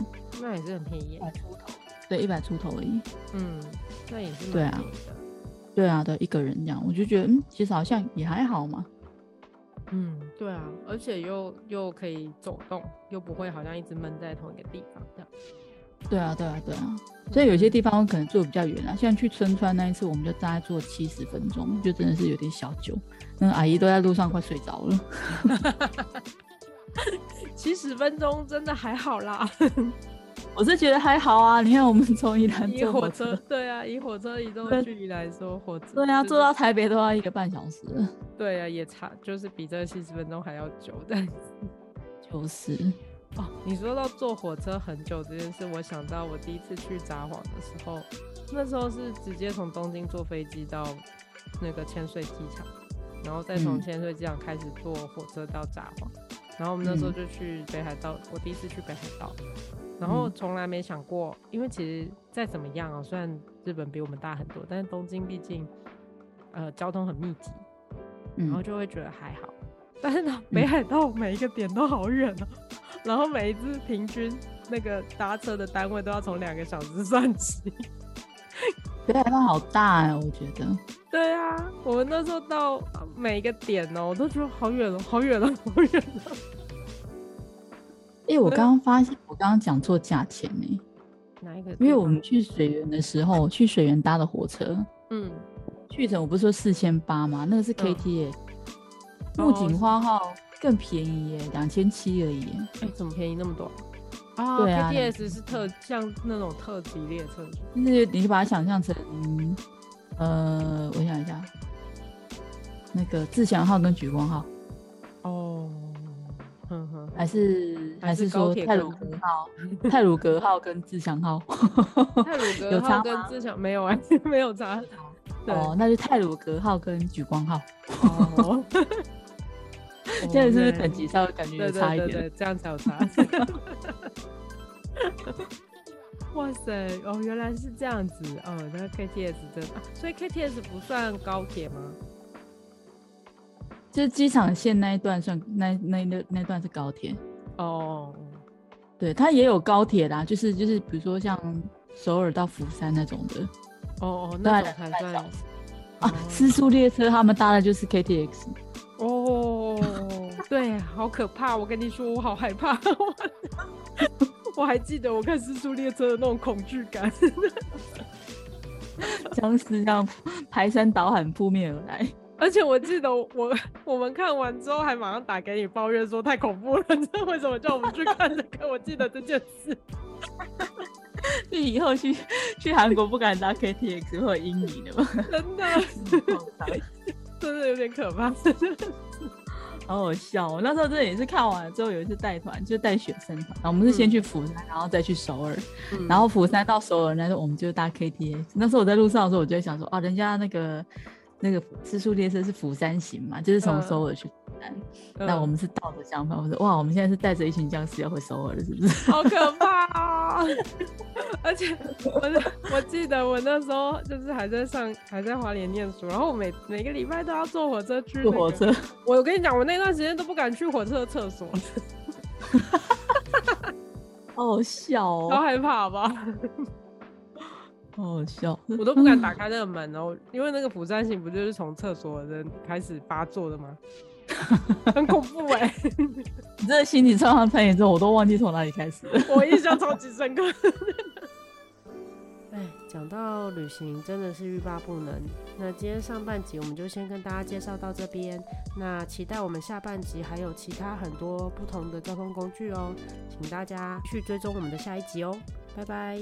[SPEAKER 4] 那也是很便宜
[SPEAKER 3] 百。出头，对，一百出头而已。
[SPEAKER 4] 嗯，那也是蛮
[SPEAKER 3] 对啊
[SPEAKER 4] 便宜的。
[SPEAKER 3] 对啊，对，一个人这样，我就觉得，嗯，其实好像也还好嘛。
[SPEAKER 4] 嗯，对啊，而且又又可以走动，又不会好像一直闷在同一个地方这样。
[SPEAKER 3] 对啊，对啊，对啊。所以有些地方可能住得比较远啊，像去春川那一次，我们就大概坐七十分钟，就真的是有点小久，那个阿姨都在路上快睡着了。
[SPEAKER 4] 七十分钟真的还好啦，
[SPEAKER 3] 我是觉得还好啊，你看我们从宜兰
[SPEAKER 4] 以
[SPEAKER 3] 坐
[SPEAKER 4] 火
[SPEAKER 3] 火
[SPEAKER 4] 车
[SPEAKER 3] 车，
[SPEAKER 4] 对啊，以火车移动
[SPEAKER 3] 对
[SPEAKER 4] 距离来说，火车
[SPEAKER 3] 对啊，
[SPEAKER 4] 就是
[SPEAKER 3] 坐到台北都要一个半小时了，
[SPEAKER 4] 对啊，也差就是比这七十分钟还要久的。
[SPEAKER 3] 就是
[SPEAKER 4] 哦，你说到坐火车很久这件事，我想到我第一次去札幌的时候，那时候是直接从东京坐飞机到那个千岁机场，然后再从
[SPEAKER 3] 嗯
[SPEAKER 4] 千岁机场开始坐火车到札幌，然后我们那时
[SPEAKER 3] 嗯
[SPEAKER 4] 候就去北海道，我第一次去北海道，然后
[SPEAKER 3] 嗯
[SPEAKER 4] 从来没想过，因为其实再怎么样啊，虽然日本比我们大很多，但是东京毕竟呃交通很密集，然后
[SPEAKER 3] 嗯，
[SPEAKER 4] 就会觉得还好。但是呢，北海道每一个点都好远哦、 然后每一次平均那个搭车的单位都要从两个小时算起。
[SPEAKER 3] 北海道好大哎、我觉得。
[SPEAKER 4] 对啊，我们那时候到呃每一个点哦、我都觉得好远哦、好远哦、好远哦、
[SPEAKER 3] 哎、我
[SPEAKER 4] 对啊
[SPEAKER 3] 刚刚发现我刚刚讲错价钱呢、
[SPEAKER 4] 哪一个地方？
[SPEAKER 3] 因为我们去水源的时候，去水源搭的火车，
[SPEAKER 4] 嗯，
[SPEAKER 3] 去程我不是说四千八吗？那个是 KT 耶、木
[SPEAKER 4] 哦
[SPEAKER 3] 槿花号更便宜耶、2两千七而已耶、
[SPEAKER 4] 哎、怎么便宜那么多啊？
[SPEAKER 3] 对啊
[SPEAKER 4] k t s 是特像那种特级列车，
[SPEAKER 3] 就是你把它想象成，呃，我想一下，那个自强号跟莒光号，
[SPEAKER 4] 哦，哼 哼，
[SPEAKER 3] 还是
[SPEAKER 4] 还
[SPEAKER 3] 还
[SPEAKER 4] 是
[SPEAKER 3] 是
[SPEAKER 4] 高
[SPEAKER 3] 说
[SPEAKER 4] 铁
[SPEAKER 3] 泰
[SPEAKER 4] 更
[SPEAKER 3] 鲁格号、泰鲁格号跟自强号？
[SPEAKER 4] 泰鲁格
[SPEAKER 3] 有差
[SPEAKER 4] 号跟
[SPEAKER 3] 吗
[SPEAKER 4] 自强没有啊， 没有差。 对
[SPEAKER 3] 哦，那就泰鲁格号跟莒光号，
[SPEAKER 4] 哦，
[SPEAKER 3] 这样是不是
[SPEAKER 4] 原来
[SPEAKER 3] 等级稍微感觉
[SPEAKER 4] 对
[SPEAKER 3] 有
[SPEAKER 4] 对
[SPEAKER 3] 差一
[SPEAKER 4] 对
[SPEAKER 3] 点？
[SPEAKER 4] 对，这样才有差。 哇塞，哦，原来是这样子哦，那 KTS 真的、啊所以 KTS 不算高铁吗？
[SPEAKER 3] 就是机场线那一段算那那那那段是高铁，
[SPEAKER 4] 哦，
[SPEAKER 3] 对，它也有高铁啦，就是就是比如说像首尔到釜山那种的，
[SPEAKER 4] 哦哦，
[SPEAKER 3] 大
[SPEAKER 4] 那
[SPEAKER 3] 概
[SPEAKER 4] 种
[SPEAKER 3] 两个半
[SPEAKER 4] 才算
[SPEAKER 3] 小时啊
[SPEAKER 4] 哦。
[SPEAKER 3] 私速列车他们搭的就是 KTX，
[SPEAKER 4] 哦，对，好可怕！我跟你说，我好害怕， 我我还记得我看《失速列车》的那种恐惧感。
[SPEAKER 3] 僵尸这样排山倒海扑面而来。
[SPEAKER 4] 而且我记得我我们看完之后还马上打给你抱怨说太恐怖了，这为什么叫我们去看这个？我记得这件事。
[SPEAKER 3] 就以后去去韩国不敢搭 KTX 会有阴影的吗？
[SPEAKER 4] 真的，真的有点可怕。
[SPEAKER 3] 好好笑、哦！我那时候真的也是看完了之后，有一次带团，就带学生团，然后我们是
[SPEAKER 4] 嗯
[SPEAKER 3] 先去釜山，然后再去首尔，然后釜山到首尔，那时候我们就搭 KTX。那时候我在路上的时候，我就在想说，啊，人家那个那个私速列车是釜山行嘛，就是从
[SPEAKER 4] 嗯
[SPEAKER 3] 首尔去釜山，
[SPEAKER 4] 嗯
[SPEAKER 3] 那我们是倒着相反。我说，哇，我们现在是带着一群僵尸要回首尔了，是不是？
[SPEAKER 4] 嗯好可怕啊、 而且我那我记得我那时候就是还在上还在花莲念书，然后我每每个礼拜都要坐火车去、那
[SPEAKER 3] 坐
[SPEAKER 4] 个、
[SPEAKER 3] 火车。
[SPEAKER 4] 我跟你讲，我那段时间都不敢去火车的厕所，
[SPEAKER 3] 好好笑哦，
[SPEAKER 4] 好害怕，好 不好？
[SPEAKER 3] 好好笑！
[SPEAKER 4] 我都不敢打开那个门哦，因为那个釜山行不就是从厕所的开始发作 的吗？很恐怖哎、
[SPEAKER 3] 你这个心理创伤太严重，我都忘记从哪里开始了。
[SPEAKER 4] 我印象超级深刻。 哎，讲到旅行真的是欲罢不能。那今天上半集我们就先跟大家介绍到这边，那期待我们下半集还有其他很多不同的交通工具哦，请大家去追踪我们的下一集哦，拜拜。